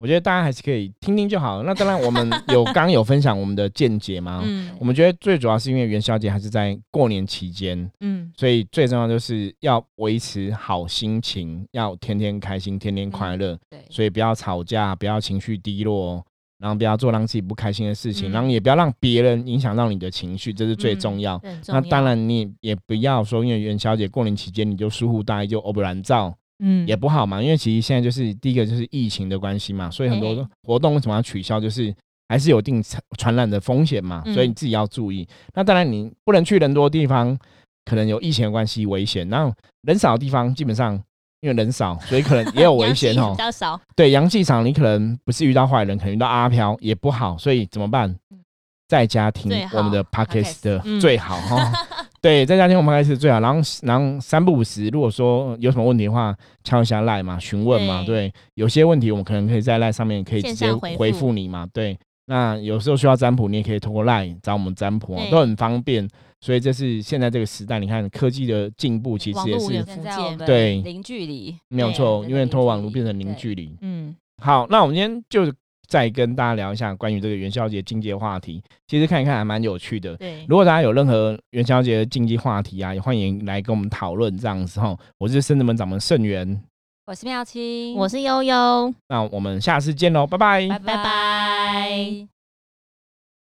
Speaker 1: 我觉得大家还是可以听听就好。那当然，我们
Speaker 3: <laughs>
Speaker 1: 有刚刚有分享我们的见解嘛，
Speaker 3: 嗯
Speaker 1: 我们觉得最主要是因为元宵节还是在过年期间，
Speaker 3: 嗯，
Speaker 1: 所以最重要就是要维持好心
Speaker 3: 嗯
Speaker 1: 情，要天天开心，天天快乐，
Speaker 2: 对，
Speaker 1: 所以不要吵架，不要情绪低落，哦然后不要做让自己不开心的事情，
Speaker 3: 嗯
Speaker 1: 然后也不要让别人影响到你的情绪，这是最重要。
Speaker 3: 这很重
Speaker 1: 那
Speaker 3: 要。
Speaker 1: 当，然，你也不要说，因为元宵节过年期间你就疏忽大意，就偶不然照，
Speaker 3: 嗯
Speaker 1: 也不好嘛。因为其实现在就是第一个就是疫情的关系嘛，所以很
Speaker 3: 对
Speaker 1: 多活动为什么要取消，就是还是有一定传传染的风险嘛，
Speaker 3: 嗯
Speaker 1: 所以你自己要注意。那当然你不能去人多的地方，可能有疫情的关系危险。那人少的地方基本上。因为人少，所以可能也
Speaker 3: <laughs>
Speaker 1: 有危险
Speaker 3: 阳
Speaker 1: 哦
Speaker 3: 性比。较少，
Speaker 1: 对，阳气场你可能不是遇到坏人，可能遇到阿飘也不好，所以怎么办？在家听
Speaker 3: 嗯最好
Speaker 1: 我们的
Speaker 2: podcast
Speaker 1: podcast
Speaker 3: 嗯
Speaker 1: 的最好哈、
Speaker 3: <laughs>
Speaker 1: 对，在家听我们 podcast 最好。然后，然后三不五时，如果说有什么问题的话，敲一下赖嘛，询问嘛。对，有些问题我们可能可以在赖上面可以
Speaker 3: 线
Speaker 1: 直接
Speaker 3: 上回复
Speaker 1: 回复你嘛。对，那有时候需要占卜，你也可以通过赖找我们占卜、啊
Speaker 3: 对，
Speaker 1: 都很方便。所以这是现在这个时代，你看科技的进步，其实
Speaker 3: 网
Speaker 1: 也
Speaker 3: 络无
Speaker 1: 是
Speaker 3: 远
Speaker 2: 现在我们
Speaker 1: 对
Speaker 2: 零距离，
Speaker 1: 没有
Speaker 3: 对
Speaker 1: 错，哦
Speaker 2: 真的
Speaker 1: 因为
Speaker 2: 零
Speaker 1: 通
Speaker 2: 距
Speaker 1: 网络
Speaker 2: 离
Speaker 1: 变成零
Speaker 2: 对
Speaker 1: 距离。
Speaker 3: 嗯，
Speaker 1: 好，那我们今天就再跟大家聊一下关于这个元宵节竞技的话题。其实看一看还蛮有趣的。
Speaker 3: 对，
Speaker 1: 如果大家有任何元宵节的竞技话题啊，也欢迎来跟我们讨论这样子哈。我是圣子门掌门盛元，
Speaker 2: 我是妙清，
Speaker 3: 我是悠悠，
Speaker 1: 那我们下次见喽，拜拜
Speaker 2: 拜
Speaker 3: 拜拜